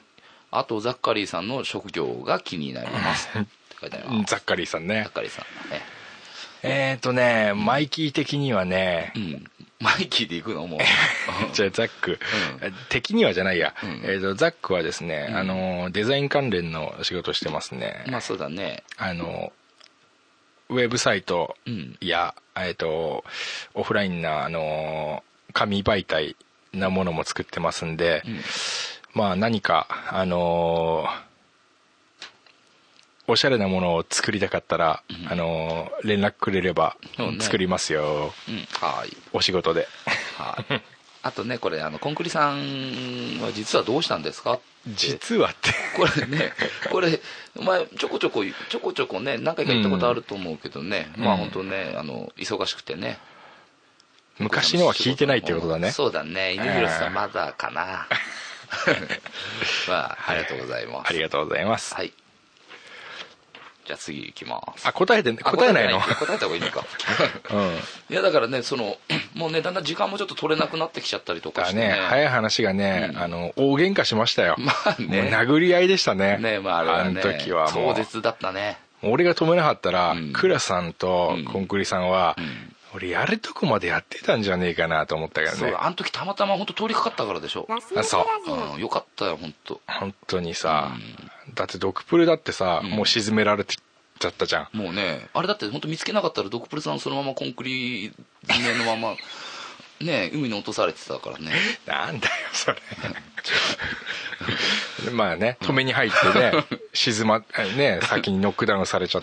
D: あとザッカリーさんの職業が気になりますって書いてあります
C: ザッカリーさん
D: ザ
C: ね
D: ッカリーさんえ
C: えっ、ー、とねマイキー的にはね
D: うんマイキーで行くのもう
C: じゃあザック、的にはじゃないや、えー、とザックはですね、
D: うん
C: あのデザイン関連の仕事をしてますね、
D: まあそうだね
C: あのウェブサイト
D: うん
C: や、えっとオフラインなあの紙媒体なものも作ってますんで、
D: うん
C: まあ何かあのおしゃれなものを作りたかったら、あの連絡くれれば
D: そうね
C: 作りますよ、
D: うんはい
C: お仕事 で
D: はいあとねこれあのコンクリさんは実はどうしたんですかって
C: 実はって
D: これね、これ、前、ちょこちょこ、ちょこちょこね、何回か行ったことあると思うけどね、
C: うん
D: まあ
C: うん
D: 本当ね、あの、忙しくてね。
C: 昔のは聞いてないってことだね
D: そうだね、犬広さんまだか な。まあ、ありがとうございます。
C: ありがとうございます、
D: はい。じゃあ次行きます
C: あ答えて
D: あ
C: 答えないの
D: 答え答えた方がいいのか
C: うん
D: いやだからねそのもうねだんだん時間もちょっと取れなくなってきちゃったりとか
C: だ
D: してね
C: ね早い話がね、
D: うん
C: あの大喧嘩しましたよ、
D: まあね
C: もう殴り合いでしたね
D: ねまああれはね
C: あの時はもう
D: 壮絶だったね
C: 俺が止めなかったら、
D: うん
C: クラさんとコンクリさんは、
D: ん
C: 俺やるとこまでやってたんじゃねえかなと思ったけど
D: そう
C: ね
D: だあの時たまたま本当通りかかったからでしょ、
C: あそう
D: うん、よかったよ本当
C: 本当にさ、だってドクプルだってさ、
D: ん
C: もう沈められてちゃったじゃん
D: もうねあれだって本当見つけなかったらドクプルさんそのままコンクリ詰めのま まね海に落とされてたからね
C: なんだよそれまあね止めに入ってね沈まね先にノックダウンされちゃ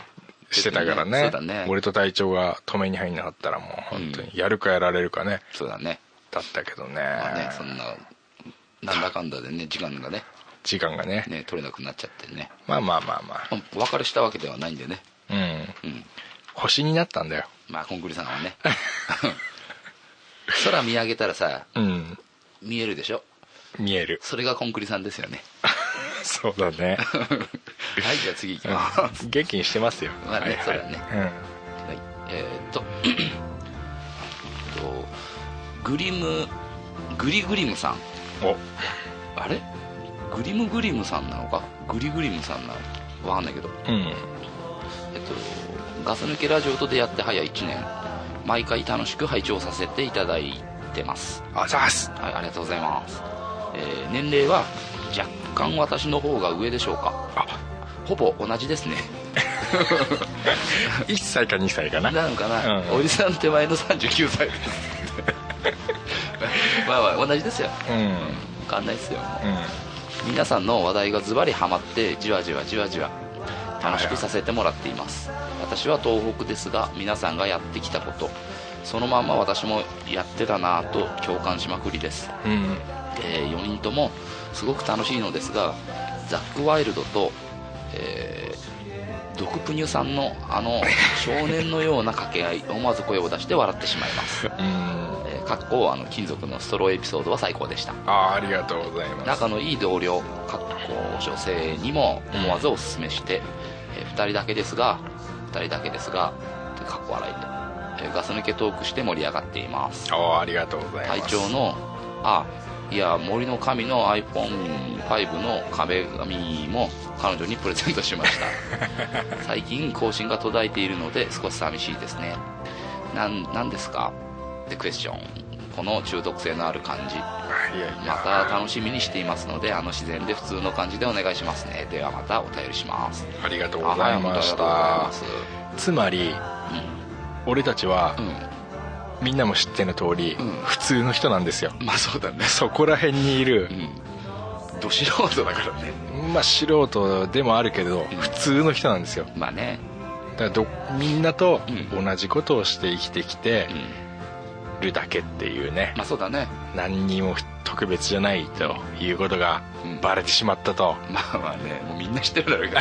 C: してたからね
D: そうだね
C: 俺と隊長が止めに入んなかったらもう本当にやるかやられるかね
D: そうだね
C: だったけどね,、
D: まあねそんななんだかんだでね時間がね
C: 時間がね
D: ね取れなくなっちゃってね、
C: まあまあまあまあ
D: まあ、お別れしたわけではないんでね
C: うん
D: うん
C: 星になったんだよ
D: まあコンクリさんはね 空見上げたらさ
C: うん
D: 見えるでしょ
C: 見える
D: それがコンクリさんですよね
C: そうだね
D: はいじゃあ次行き
C: うん
D: ます
C: 元気にしてますよ
D: まあ
C: は
D: ね
C: いはい
D: そうだ
C: うん
D: はい、えーっと えっとグリムグリグリムさん
C: お
D: あれグリムグリムさんなのかグリグリムさんなのわかんないけど
C: うん
D: えっとガス抜けラジオと出会って早1年毎回楽しく拝聴させていただいてます
C: あざっす
D: はいありがとうございます、えー年齢は若干私の方が上でしょうか
C: あ
D: ほぼ同じですね
C: 1歳か2歳かな
D: なのかな、
C: うん
D: おじさん手前の39歳 ですまあまあ同じですよ
C: うん
D: わかんないですよ
C: うん
D: 皆さんの話題がズバリハマってじわじわじわじわ楽しくさせてもらっています私は東北ですが皆さんがやってきたことそのまんま私もやってたなぁと共感しまくりです、
C: うん
D: え4人ともすごく楽しいのですがザック・ワイルドと、えードクプニュさんのあの少年のような掛け合い思わず声を出して笑ってしまいます、
C: うん
D: えーかっこあの金属のストローエピソードは最高でした
C: あありがとうございます
D: 仲のいい同僚かっこ女性にも思わずおすすめして、え2人だけですが2人だけですがでかっこ笑いと、えーガス抜けトークして盛り上がっています
C: ああありがとうございま
D: 隊
C: す
D: 長のあいや森の神の iPhone5 の壁紙も彼女にプレゼントしました 最近更新が途絶えているので少し寂しいですねなんなんですかでクエスチョンこの中毒性のある感じ
C: いやいや
D: また楽しみにしていますのであの自然で普通の感じでお願いしますねではまたお便りします
C: ありがとうございまし
D: あは
C: た
D: い本
C: つまり俺たちは
D: 当ありがとうございます
C: みんなも知っての通り
D: うん
C: 普通の人なんですよ
D: うんまあそうだね
C: そこら辺にいる
D: うんど素人だからね
C: まあ素人でもあるけど普通の人なんですよ
D: まあね
C: だからどみんなと
D: うん
C: 同じことをして生きてきて
D: うん
C: るだけっていうね
D: まあそうだね
C: 何にも特別じゃないということが
D: うん
C: バレてしまったと
D: まあまあねもうみんな知ってるだろう から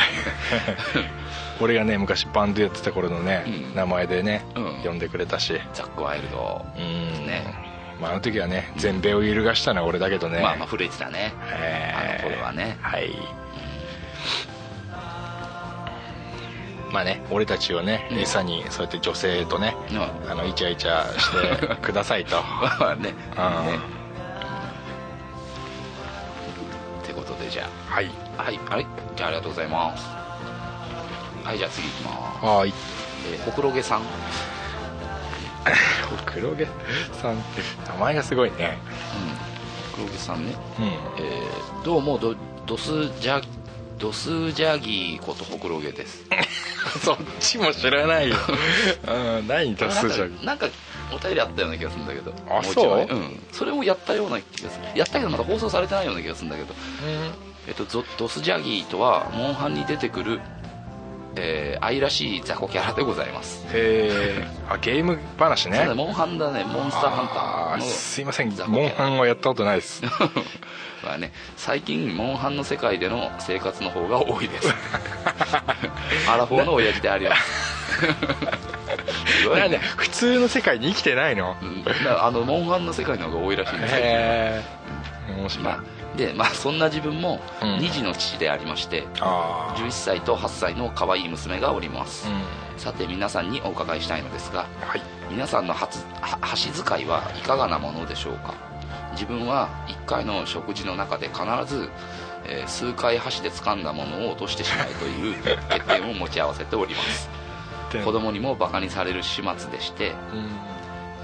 D: ね
C: 俺がね昔バンドやってた頃のね
D: うん
C: 名前でね
D: うん
C: 呼んでくれたし
D: ザック・ワイルド
C: うん
D: ね
C: まあ、あの時はね全米を揺るがしたのは俺だけどね
D: まあまあ震えてたね
C: えー
D: あの頃はね
C: はいまあね俺たちをね
D: うん
C: 餌にそうやって女性とね
D: うん
C: あのイチャイチャしてくださ いと
D: まあまあね
C: あー
D: ねってことでじゃ
C: はい
D: あはいはいじゃあありがとうございますはいじゃあ次行きます
C: あい
D: えーほくろげさん、
C: 黒毛さん名前がすごいね
D: ほくろげさんね、
C: うん
D: え ーどうもどドスジャドスジャギーことほくろげです
C: そっちも知らないようん何出すじゃ
D: なんかなんかお便りあったような気がするんだけど
C: あ
D: もう一度ね、
C: そうん
D: それをやったような気がするやったけどまだ放送されてないような気がするんだけど、えっと、ゾドスジャギーとはモンハンに出てくる、えー愛らしい雑魚キャラでございます
C: えーあゲーム話ね
D: そうだモンハンだねモンスターハ
C: あ
D: ンターの
C: すいません
D: 雑魚キャ
C: モ
D: ラ
C: ンハンはやったことないです
D: まあね、最近モンハンの世界での生活の方が多 いですアラフォーの親父であります すごい
C: なんで
D: ね
C: 普通の世界に生きてないの
D: うんだからあのモンハンの世界の方が多いらしいんですけど、
C: へえ面白い
D: まあ、で、まあ、そんな自分も
C: うん
D: 2児の父でありまして、
C: あ
D: 11歳と8歳の可愛い娘がおります
C: あ、うん、
D: さて皆さんにお伺いしたいのですが
C: はい
D: 皆さんの初は箸使いはいかがなものでしょうか自分は1回の食事の中で必ず、えー数回箸で掴んだものを落としてしまうという欠点を持ち合わせております子供にもバカにされる始末でして、
C: うん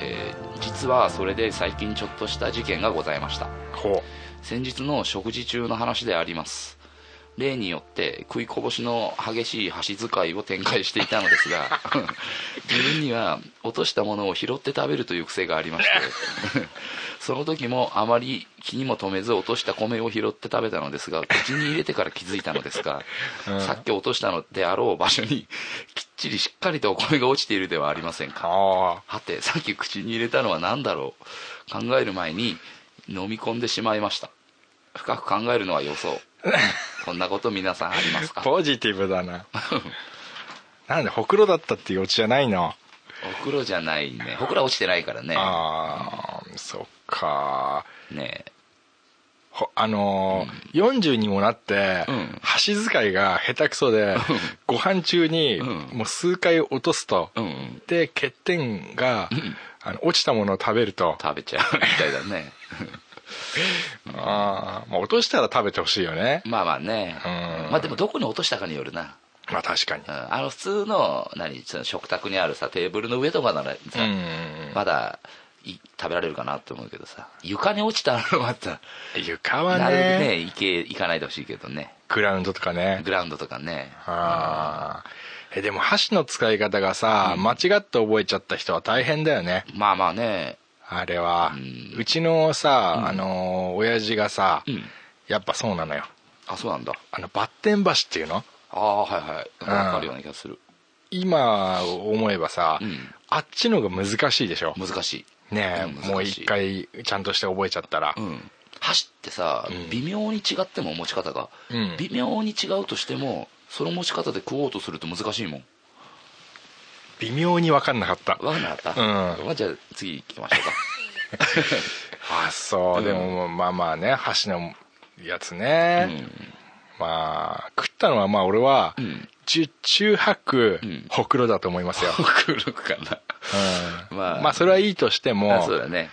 D: えー実はそれで最近ちょっとした事件がございました
C: ほ
D: 先日の食事中の話であります例によって食いこぼしの激しい箸使いを展開していたのです が自分には落としたものを拾って食べるという癖がありまして その時もあまり気にも留めず落とした米を拾って食べたのですが口に入れてから気づいたのですが、
C: うん
D: さっき落としたのであろう場所にきっちりしっかりとお米が落ちているではありません
C: う
D: か
C: あ
D: はてさっき口に入れたのは何だろう考える前に飲み込んでしまいました深く考えるのはよ そうこんなこと皆さんあります
C: あ
D: かお
C: ポジティブだ ななんでほくろだったっていうオチじゃないの
D: 風呂じゃないねほくら落ちてないからね
C: ああそっか
D: ねえ
C: ほあのー40にもなって、
D: うん
C: 箸使いが下手くそで、ご飯中に
D: うん
C: もう数回落とすと、
D: うんうん
C: で欠点が、あの落ちたものを食べると、
D: 食べちゃうみたいだね
C: あーまあ、落としたら食べてほしいよね
D: まあまあね
C: うん
D: まあでもどこに落としたかによるな
C: まあ確かに
D: うんあの普通の何その食卓にあるさテーブルの上とかならさ、
C: うん
D: まだい食べられるかなって思うけどさ床に落ちたのはさ
C: 床は
D: なるべ
C: ね
D: くね行け行かないでほしいけどね
C: グラウンドとかね
D: グラウンドとかね
C: あーえでも箸の使い方がさ、間違って覚えちゃった人は大変だよね
D: まあまあね
C: あれは、
D: う
C: うんちのさ、あのー親父がさ、
D: うん
C: やっぱそうなのよ
D: あそうなんだ
C: あのバッテン橋っていうの
D: ああはいはいなんか分かるような気がする
C: 今思えばさ、
D: うん
C: あっちのが難しいでしょ
D: 難しい
C: ねえ、
D: うん難しい
C: もう一回ちゃんとして覚えちゃったら、
D: うん箸ってさ
C: ん
D: 微妙に違っても持ち方が、
C: うん
D: 微妙に違うとしてもその持ち方で食おうとすると難しいもん
C: 微妙に分かんなかった
D: 分かんなかった、
C: うん
D: まあ、じゃあ次行きましょうか
C: あそう、
D: うん
C: でもまあまあね箸のやつね、まあ食ったのはまあ俺は、
D: うん
C: 十中八九
D: うん
C: ほくろだと思います よ、
D: 送るかな
C: うん
D: まあ
C: まあそれはいいとして
D: あ
C: も
D: そうだね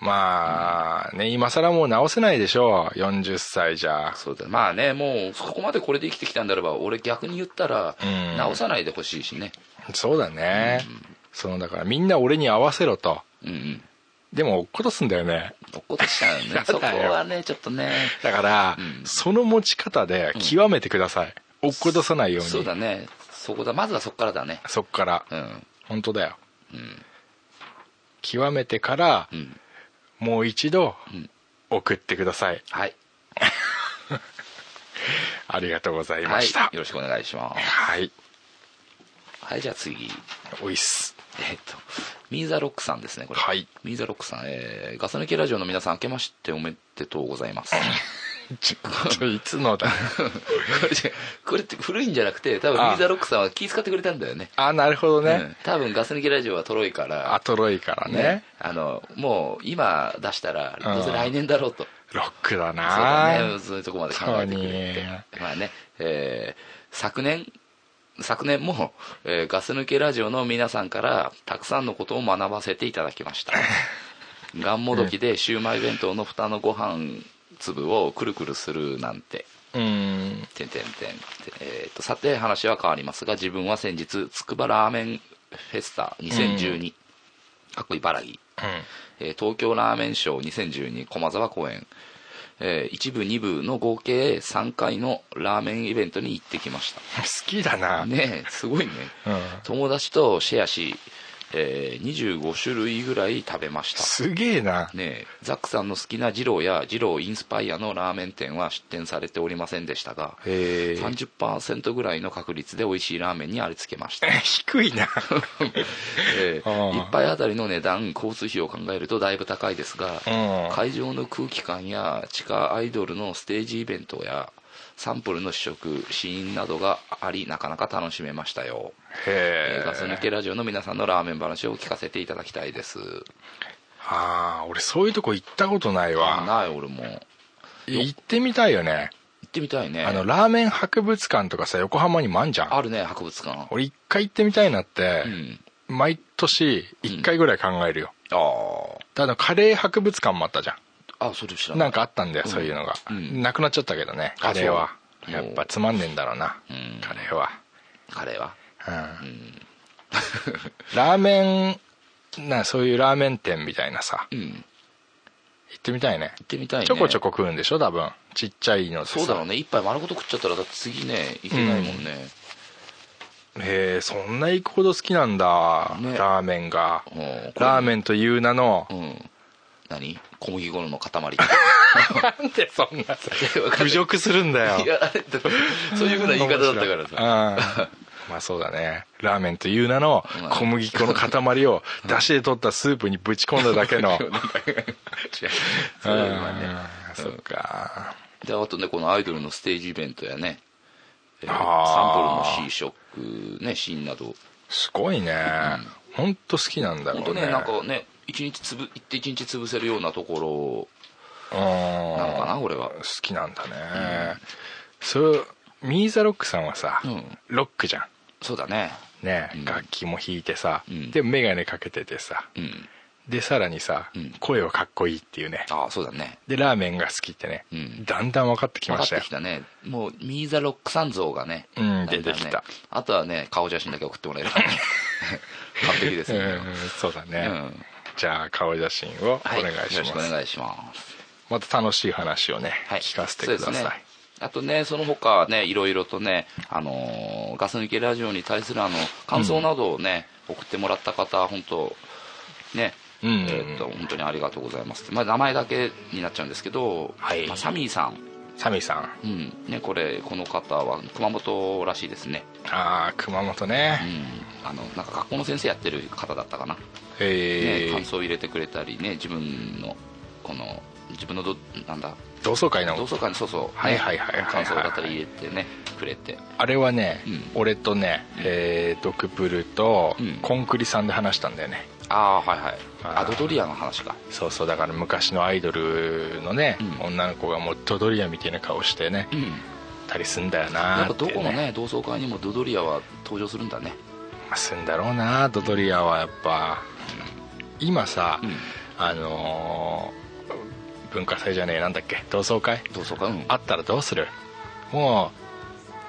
C: まあね今更もう直せないでしょう40歳じゃ
D: そうだまあねもうそこまでこれで生きてきたんだれば俺逆に言ったら
C: うん
D: 直さないでほしいしね
C: そうだね、そのだからみんな俺に合わせろと
D: うんうん
C: でも落っことすんだよね
D: 落っことしちゃう よ
C: やだ
D: ね
C: よ
D: そこはねちょっとね
C: だから、
D: うん
C: その持ち方で極めてください、落っことさないように
D: そうだねそこだまずはそこからだね
C: そっから、
D: うん
C: 本当だよ
D: うん
C: 極めてから
D: うん
C: もう一度
D: うん
C: 送ってください
D: はい
C: ありがとうございま
D: はい
C: したは
D: よ
C: い、
D: ろしくお願いしますはいじゃあ次
C: おいっす
D: えっとミーザロックさんですねこれ
C: はい
D: ミーザロックさんえーガス抜きラジオの皆さん明けましておめでとうございます
C: ちょっといつ のだ
D: これじゃこれって古いんじゃなくて多分ミ
C: あ
D: ーザロックさんは気遣ってくれたんだよね
C: あなるほどね、
D: うん多分ガス抜きラジオはとろいから
C: アトロイからね
D: あのもう今出したらどうせ来年だろうと
C: ロックだな
D: そうだねそういうとこまで考えてくれ
C: 本
D: てまあね、えー昨年昨年も、えーガス抜けラジオの皆さんからたくさんのことを学ばせていただきま したがんもどきでシウマイ弁当の蓋のご飯粒をくるくるするなんて
C: うん
D: てんてんてんてえーとさて話は変わりますが自分は先日つくばラーメンフェスタ2012、かっこ茨城えー東京ラーメンショー2012駒沢公演、えー、1部2部の合計3回のラーメンイベントに行ってきまし
C: 好きだな、
D: たねえすごいね、
C: うん
D: 友達とシェアし、えー25種類ぐらい食べました
C: すげえな
D: ねえザックさんの好きな二郎や二郎インスパイアのラーメン店は出店されておりませんでしたが
C: へえ
D: 30%ぐらいの確率で美味しいラーメンにありつけました
C: 低 いな
D: えー
C: ああ
D: 一杯あたりの値段交通費を考えるとだいぶ高いですが、
C: うん
D: 会場の空気感や地下アイドルのステージイベントやサンプルの試食試飲などがありなかなか楽しめましたよ、え
C: へ
D: ーガス抜
C: え
D: けラジオの皆さんのラーメン話を聞かせていただきたいです
C: ああ俺そういうとこ行ったことないわ
D: ない俺もよ
C: 行ってみたいよね
D: 行ってみたいね
C: あ
D: あ
C: のラーメン博物館とかさ横浜にもあんじゃん
D: るね博物館
C: 俺一回行ってみたいなって
D: う、ん
C: 毎年一回ぐらい考えるよ、
D: あー
C: ただカレー博物館もあったじゃ
D: あそれ知ら
C: ん
D: な
C: ないんかあったんだよ、そういうのが、
D: うん
C: なくなっちゃったけどねカレーは
D: あそう
C: やっぱつまんねえんだろうな、
D: うん
C: カレーは、
D: カレーは
C: うん ラーメンなそういうラーメン店みたいなさ
D: うん行
C: 行ってみたいね
D: ってみたいね
C: ちょこちょこ食うんでしょ多分ちっちゃいのでさ
D: そうだろうね一杯丸ごと食っちゃったらだって次ねいけないもんね、
C: へえそんな行くほど好きなんだ、
D: ね
C: ラーメンが
D: うんこれ
C: ラーメンという名の
D: うん何小麦粉の塊
C: なんでそん なさ
D: わかんない
C: 侮辱するんだよ
D: いやだってそういうふうな言い方だったからさ
C: さまあそうだねラーメンという名の
D: うん
C: 小麦粉の塊を出汁で取ったスープにぶち込んだだけ の
D: 違う
C: う
D: そういうんのはね
C: そっか
D: であとねこのアイドルのステージイベントやね、え
C: あー
D: ーサンプルの C ショックねシーンなど
C: すごいね本当好きなんだろ
D: 本
C: う
D: 当
C: ね
D: ねなんかね一日つぶ行って一日潰せるようなところなのかな
C: 好
D: 俺は
C: きなんだねそれミーザロックさんはさ
D: うん
C: ロックじゃん
D: そうだね
C: ね
D: うん
C: 楽器も弾いてさ
D: うん
C: で眼鏡かけててさ
D: うん
C: でさらにさ
D: うん
C: 声はかっこいいっていうね
D: ああそうだね
C: でラーメンが好きってね、
D: うん
C: だんだん分かってき
D: 分
C: ま
D: かっ
C: した
D: て
C: よ
D: きたねもうミーザロックさん像がね、
C: うん
D: だんだんね
C: 出てきた
D: あとはね顔写真だけ送っ てもらえる完璧です
C: うん
D: ね、
C: うんそうだね、
D: うん
C: じゃあ顔写真をお
D: は
C: 願いし
D: よろ
C: ま
D: し
C: す、
D: くお願いします、
C: また楽しい話をね、
D: はい、
C: 聞かせてくだ
D: そう
C: さ
D: です
C: い、
D: ねあとねその他はねいろいろとね、あのーガス抜けラジオに対するあの感想などをね、送ってもらった方本当ね
C: うんうんうん
D: えーっと本当にありがとうございます、まあ、名前だけになっちゃうんですけど、
C: はい
D: まあ、サミーさん、
C: サミーさん
D: うんね、これこの方は熊本らしいですね
C: ああ熊本
D: う
C: ね、
D: ん、あのなんか学校の先生やってる方だったかな、
C: え
D: ね、
C: ー
D: 感想を入れてくれたりね自分のこの自分のどなんだ
C: 同窓会
D: 同
C: の
D: 窓会にそうそう、ね
C: はいはいはいはいはい
D: 感想だったり入れてねくれて
C: あれはね、
D: うん
C: 俺とね、えードクプルと
D: うん
C: コンクリさんで話したんだよね、
D: ああはいはい
C: あー
D: アドドリアの話か
C: そうそうだから昔のアイドルのね、
D: うん
C: 女の子がもうドドリアみたいな顔してね
D: うん
C: たりすんだよな
D: や
C: ー
D: っぱ
C: って
D: ど
C: いう
D: このね同窓会にもドドリアは登場するんだね
C: まあすんだろうなドドリアはやっぱ今さ、
D: うん
C: あのー文化祭じゃねえなんだっけ同窓会
D: 同窓会うん
C: あったらどうするも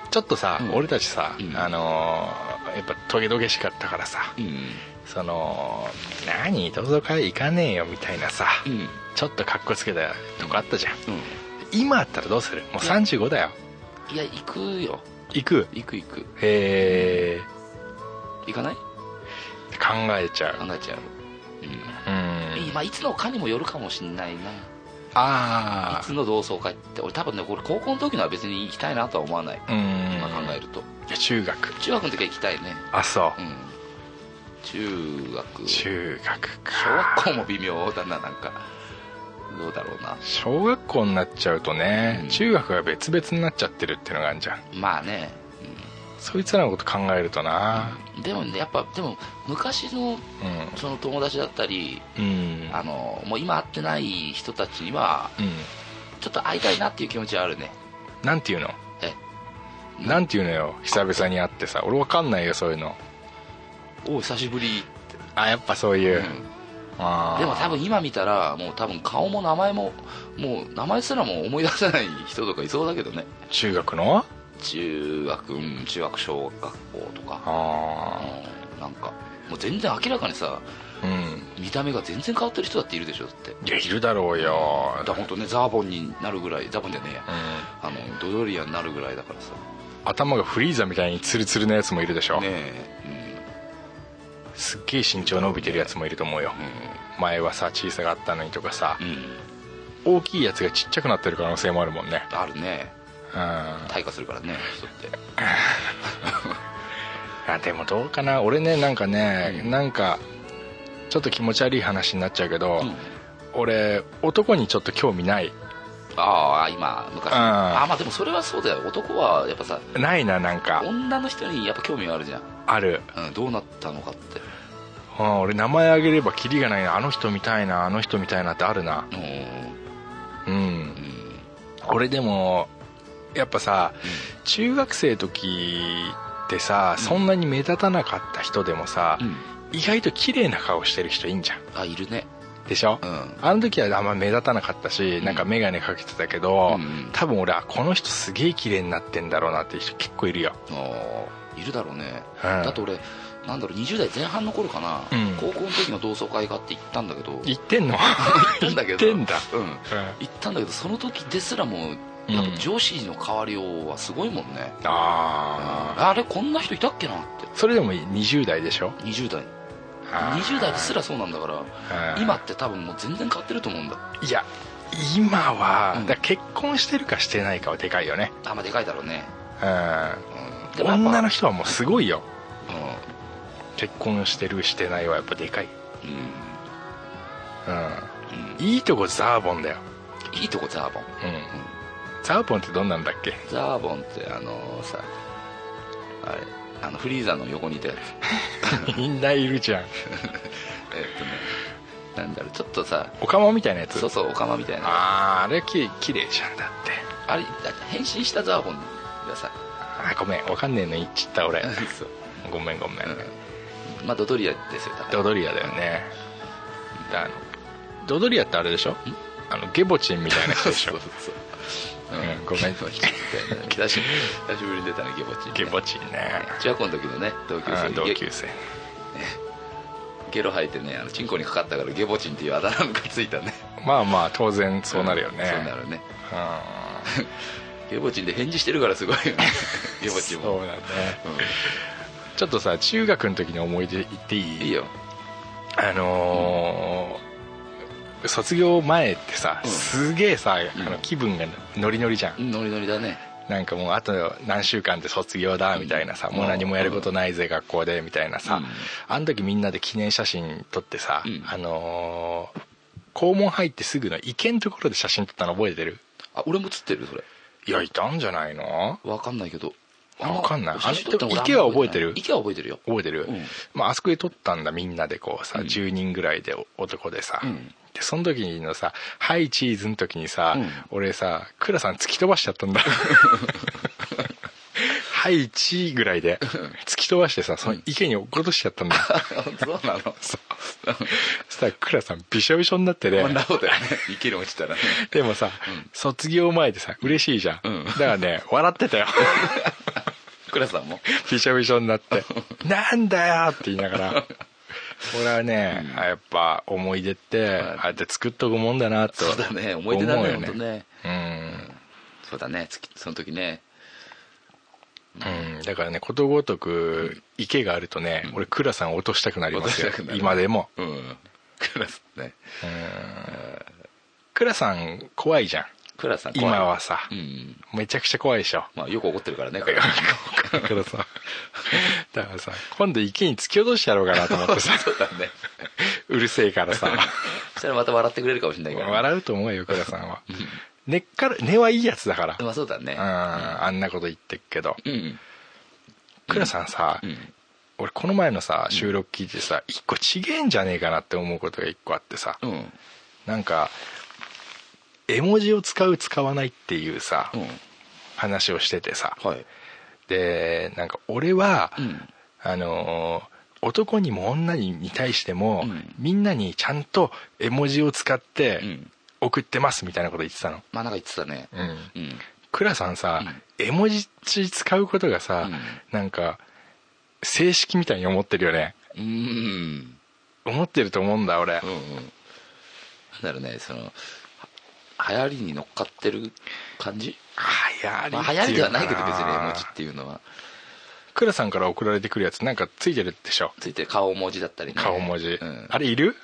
C: うちょっとさ、
D: うん
C: 俺たちさ、
D: うん
C: あのーやっぱトゲトゲしかったからさ、
D: うん
C: その何同窓会行かねえよみたいなさ、
D: うんうん
C: ちょっとかっこつけたとこあったじゃん今あったらどうするもう35だよ
D: いや行くよ
C: 行く
D: 行く行く
C: へえ
D: 行かない
C: って考えちゃ
D: 考
C: う
D: えちゃう
C: う
D: うん、いい
C: ん
D: まあ、いつのかにもよるかもしんないな
C: あ
D: いつの同窓会って俺多分ねこれ高校の時のは別に行きたいなとは思わない
C: あうん
D: 今考えると
C: いや中学
D: 中学の時は行きたいね
C: あそううん
D: 中学
C: 中学か
D: 小学校も微妙だななんかどうだろうな
C: 小学校になっちゃうとね、
D: うん
C: 中学が別々になっちゃってるっていうのがあるじゃん
D: まあね
C: そいつらのこと考えるとな
D: でもねやっぱでも昔の
C: う
D: その友達だったり
C: んうん
D: あのもう今会ってない人たちには
C: うん
D: ちょっと会いたいなっていう気持ちはあるね
C: なんていうの
D: え
C: なんていうのよ久々に会ってさ俺わかんないよそういうの
D: おう久しぶり、
C: あやっぱそういう、
D: うん
C: あー
D: でも多分今見たらもう多分顔も名前ももう名前すらも思い出せない人とかいそうだけどね
C: 中学の
D: 中学うん中学小学校とか
C: あ
D: うんなんかもう全然明らかにさ
C: あうん
D: 見た目が全然変わってる人だっているでしょだって
C: いやいるだろうよ
D: だ本当ねザーボンになるぐらいザーボンじゃねえや
C: うん
D: あのドドリアになるぐらいだからさ
C: 頭がフリーザみたいにツルツルなやつもいるでしょ、
D: ねえ
C: すっげえ身長伸びてるやつもいると思うよ、前はさ小さかったのにとかさ
D: うん、うん
C: 大きいやつがちっちゃくなってる可能性もあるもんね
D: あるね
C: うんあ
D: 退化するからね人って
C: でもどうかな俺ねなんかね、
D: うん
C: なんかちょっと気持ち悪い話になっちゃうけど、
D: うん
C: 俺男にちょっと興味ない
D: ああ今昔
C: うん
D: ああまあでもそれはそうだよ男はやっぱさ
C: ないななんか
D: 女の人にやっぱ興味があるじゃん
C: ある、
D: うん、どうなったのかって
C: うん、俺名前あげればキリがないなあの人みたいなあの人みたいなってあるな
D: うん
C: うん
D: うん
C: 俺でもやっぱさ
D: う
C: 中学生の時ってさそんなに目立たなかった人でもさ、
D: ん、うん、
C: 意外と綺麗な顔してる人いいんじゃん
D: あいるね
C: でしょ、
D: うん
C: あの時はあんま目立たなかったし、
D: うん
C: なんか眼鏡かけてたけど、
D: うん
C: 多分俺はこの人すげえ綺麗になってんだろうなっていう人結構いるよ、
D: あーいるだろうね、
C: うん、
D: だって俺なんだろう20代前半の頃かな、
C: うん
D: 高校の時の同窓会があって行ったんだけど
C: 言ってんの
D: たんだけど
C: 言ってんだ、
D: うん行ったんだけどその時ですらも
C: うん
D: やっぱ女子の変わりようはすごいもんね、
C: ああ
D: あれこんな人いたっけなって
C: それでも20代でしょ
D: 20代
C: あー
D: 20代ですらそうなんだから
C: うん
D: 今って多分もう全然変わってると思うんだ
C: いや今は、
D: うん
C: だから結婚してるかしてないかはでかいよね、
D: あんまあでかいだろうね、
C: う
D: うん、
C: ん、
D: やっぱ
C: 女の人はもうすごいよ結婚してるしてないはやっぱでかい、
D: うん、
C: う
D: う
C: ん、
D: ん
C: いいとこザーボンだよ、
D: いいいとこザーボン
C: うん、ザーボンってどんなんだっ け
D: ザーボンってあのさあれあのフリーザの横にいたやつ
C: みんないるじゃん
D: えっとねなんだろうちょっとさ
C: オカマみたいなやつ
D: そうそうオカマみたいなあ
C: あああれき綺麗じゃんだって
D: れだ変身したザーボンがさ
C: あーごめんわかんねえの言っちゃった俺
D: そう
C: ごめんごめん、
D: うんまあドドリアですよだから
C: ドドリアだよねだあのドドリアってあれでしょあのゲボチンみたいな人でしょ
D: そうそうそう
C: うんごめん
D: ゲボ チンみたいな久し久しぶりに出たねゲボチンね
C: ゲボチンね
D: 中学校の時のね同級生
C: うん
D: に
C: 同
D: ゲ
C: 級生
D: ゲロ吐いてねあのチンコにかかったからゲボチンっていうあだ名がついたね
C: まあまあ当然そうなるよね、
D: そうなるね
C: う
D: ゲボチンで返事してるからすごい よねゲボチン
C: ん
D: も
C: そうだねちょっとさ中学の時の思い出言ってい
D: うん
C: い
D: いいよ
C: あのー卒業前ってさ、
D: うん
C: すげえさあ
D: う
C: の
D: ん
C: 気分がノリノリじゃん、
D: ノリノリだね
C: なんかもうあと何週間で卒業だみたいなさ、
D: うん
C: もう何もやることないぜ学校でみたいなさ、
D: うん
C: あの時みんなで記念写真撮ってさ、
D: うん
C: あのー校門入ってすぐの池のところで写真撮ったの覚えてる
D: あ俺も映ってるそれ
C: いやいたんじゃないの
D: わかんないけど
C: あわかんない
D: 写真撮ったの俺
C: あれでも
D: あん
C: 池は
D: ま
C: 覚えてる
D: ない池は覚えてるよ
C: 覚えてる、
D: うん
C: まあ、あそこで撮ったんだみんなでこうさ、
D: うん
C: 10人ぐらいでお男でさ、
D: うん
C: でその時のさ「ハイチーズ」の時にさ、
D: うん
C: 俺さ倉さん突き飛ばしちゃ ったんだハイチーぐらいで突き飛ばしてさその池に落っことしちゃったんだ
D: そうなの
C: そしたら倉さんびしょびしょになってね
D: こんなことやね池に落ちたらね
C: でもさ、卒業前でさ嬉しいじゃん、
D: うん
C: だからね笑って たよ
D: 倉さんも
C: びしょびしょになって 「なんだよ!」って言いながら俺はね、あやっぱ思い出ってああやって作っとくもんだなと
D: そうだね思い出だ
C: 思う
D: ね
C: よ
D: 本当ね
C: うん
D: そうだね月その時ね
C: うん、だからねことごとく池があるとね、俺倉さん落としたくなりますよ
D: 落としたくなる
C: 今でも
D: うん倉さんね
C: 倉さん怖いじゃん
D: 倉さん怖い
C: 今はさ、
D: うん
C: めちゃくちゃ怖いでしょ
D: まあよく怒ってるから ね
C: 倉さんだからさ今度池に突き落としてやろうかなと思 ってさ
D: そうだね
C: うるせえからさ
D: そしたらまた笑ってくれるかもしれないから
C: 笑うと思うよ倉さんは根っから根はいいやつだから
D: まあそうだね
C: うんあんなこと言ってっけど
D: うん
C: 倉さんさ、
D: うん
C: 俺この前のさ収録聞いてさ一個ちげえんじゃねえかなって思うことが一個あってさ
D: うん
C: なんか絵文字を使う使わないっていうさ
D: うん
C: 話をしててさ
D: はい
C: でなんか俺は、
D: うん
C: あのー男にも女に対しても、
D: うん
C: みんなにちゃんと絵文字を使っ
D: う
C: て
D: ん
C: 送ってますみたいなこと言ってたの、
D: まあなんか言ってたね
C: うん、
D: うん
C: 倉さんさ、
D: う
C: 絵文字使うことがさ、
D: うん
C: なんか正式みたいに思ってるよね
D: うんうん
C: 思ってると思うんだ俺、
D: うんうんなんだろうねそのは流行りに乗っかってる感じ
C: 流行りっていう
D: ま
C: の
D: あ
C: か
D: 流行りではないけど別に絵文字っていうのは
C: 倉さんから送られてくるやつなんかついてるでしょ
D: ついてる顔文字だったりね
C: 顔文字、
D: うん
C: あれいる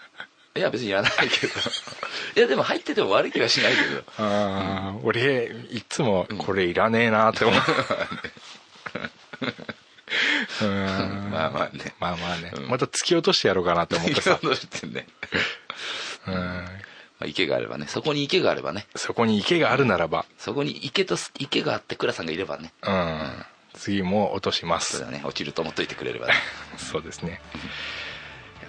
D: いや別にいらないけど いやでも入ってても悪い気はしないけど
C: ああ、俺いつもこれいらねえなって思う、う ーん
D: まあまあね
C: まあまあね、
D: うん
C: また突き落としてやろうかなって思っ てさ、
D: 戻ってね
C: うん、
D: まあ池があればねそこに池があればね
C: そこに池があるならば
D: そこに池とす池があって倉さんがいればね
C: うん次も落としま
D: そう
C: す
D: だね落ちると思っといてくれればね
C: そうですね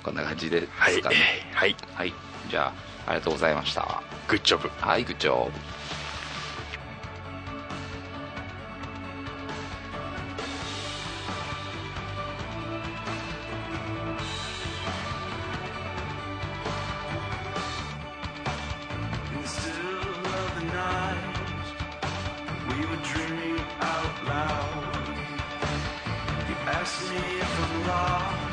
D: こんな感じで
C: は
D: す
C: い
D: かね
C: はい
D: はい、じゃあありがとうございました
C: グッジョブ
D: はいグッジョブ
E: the night. We were dreaming out loud. You asked me if I'm lost.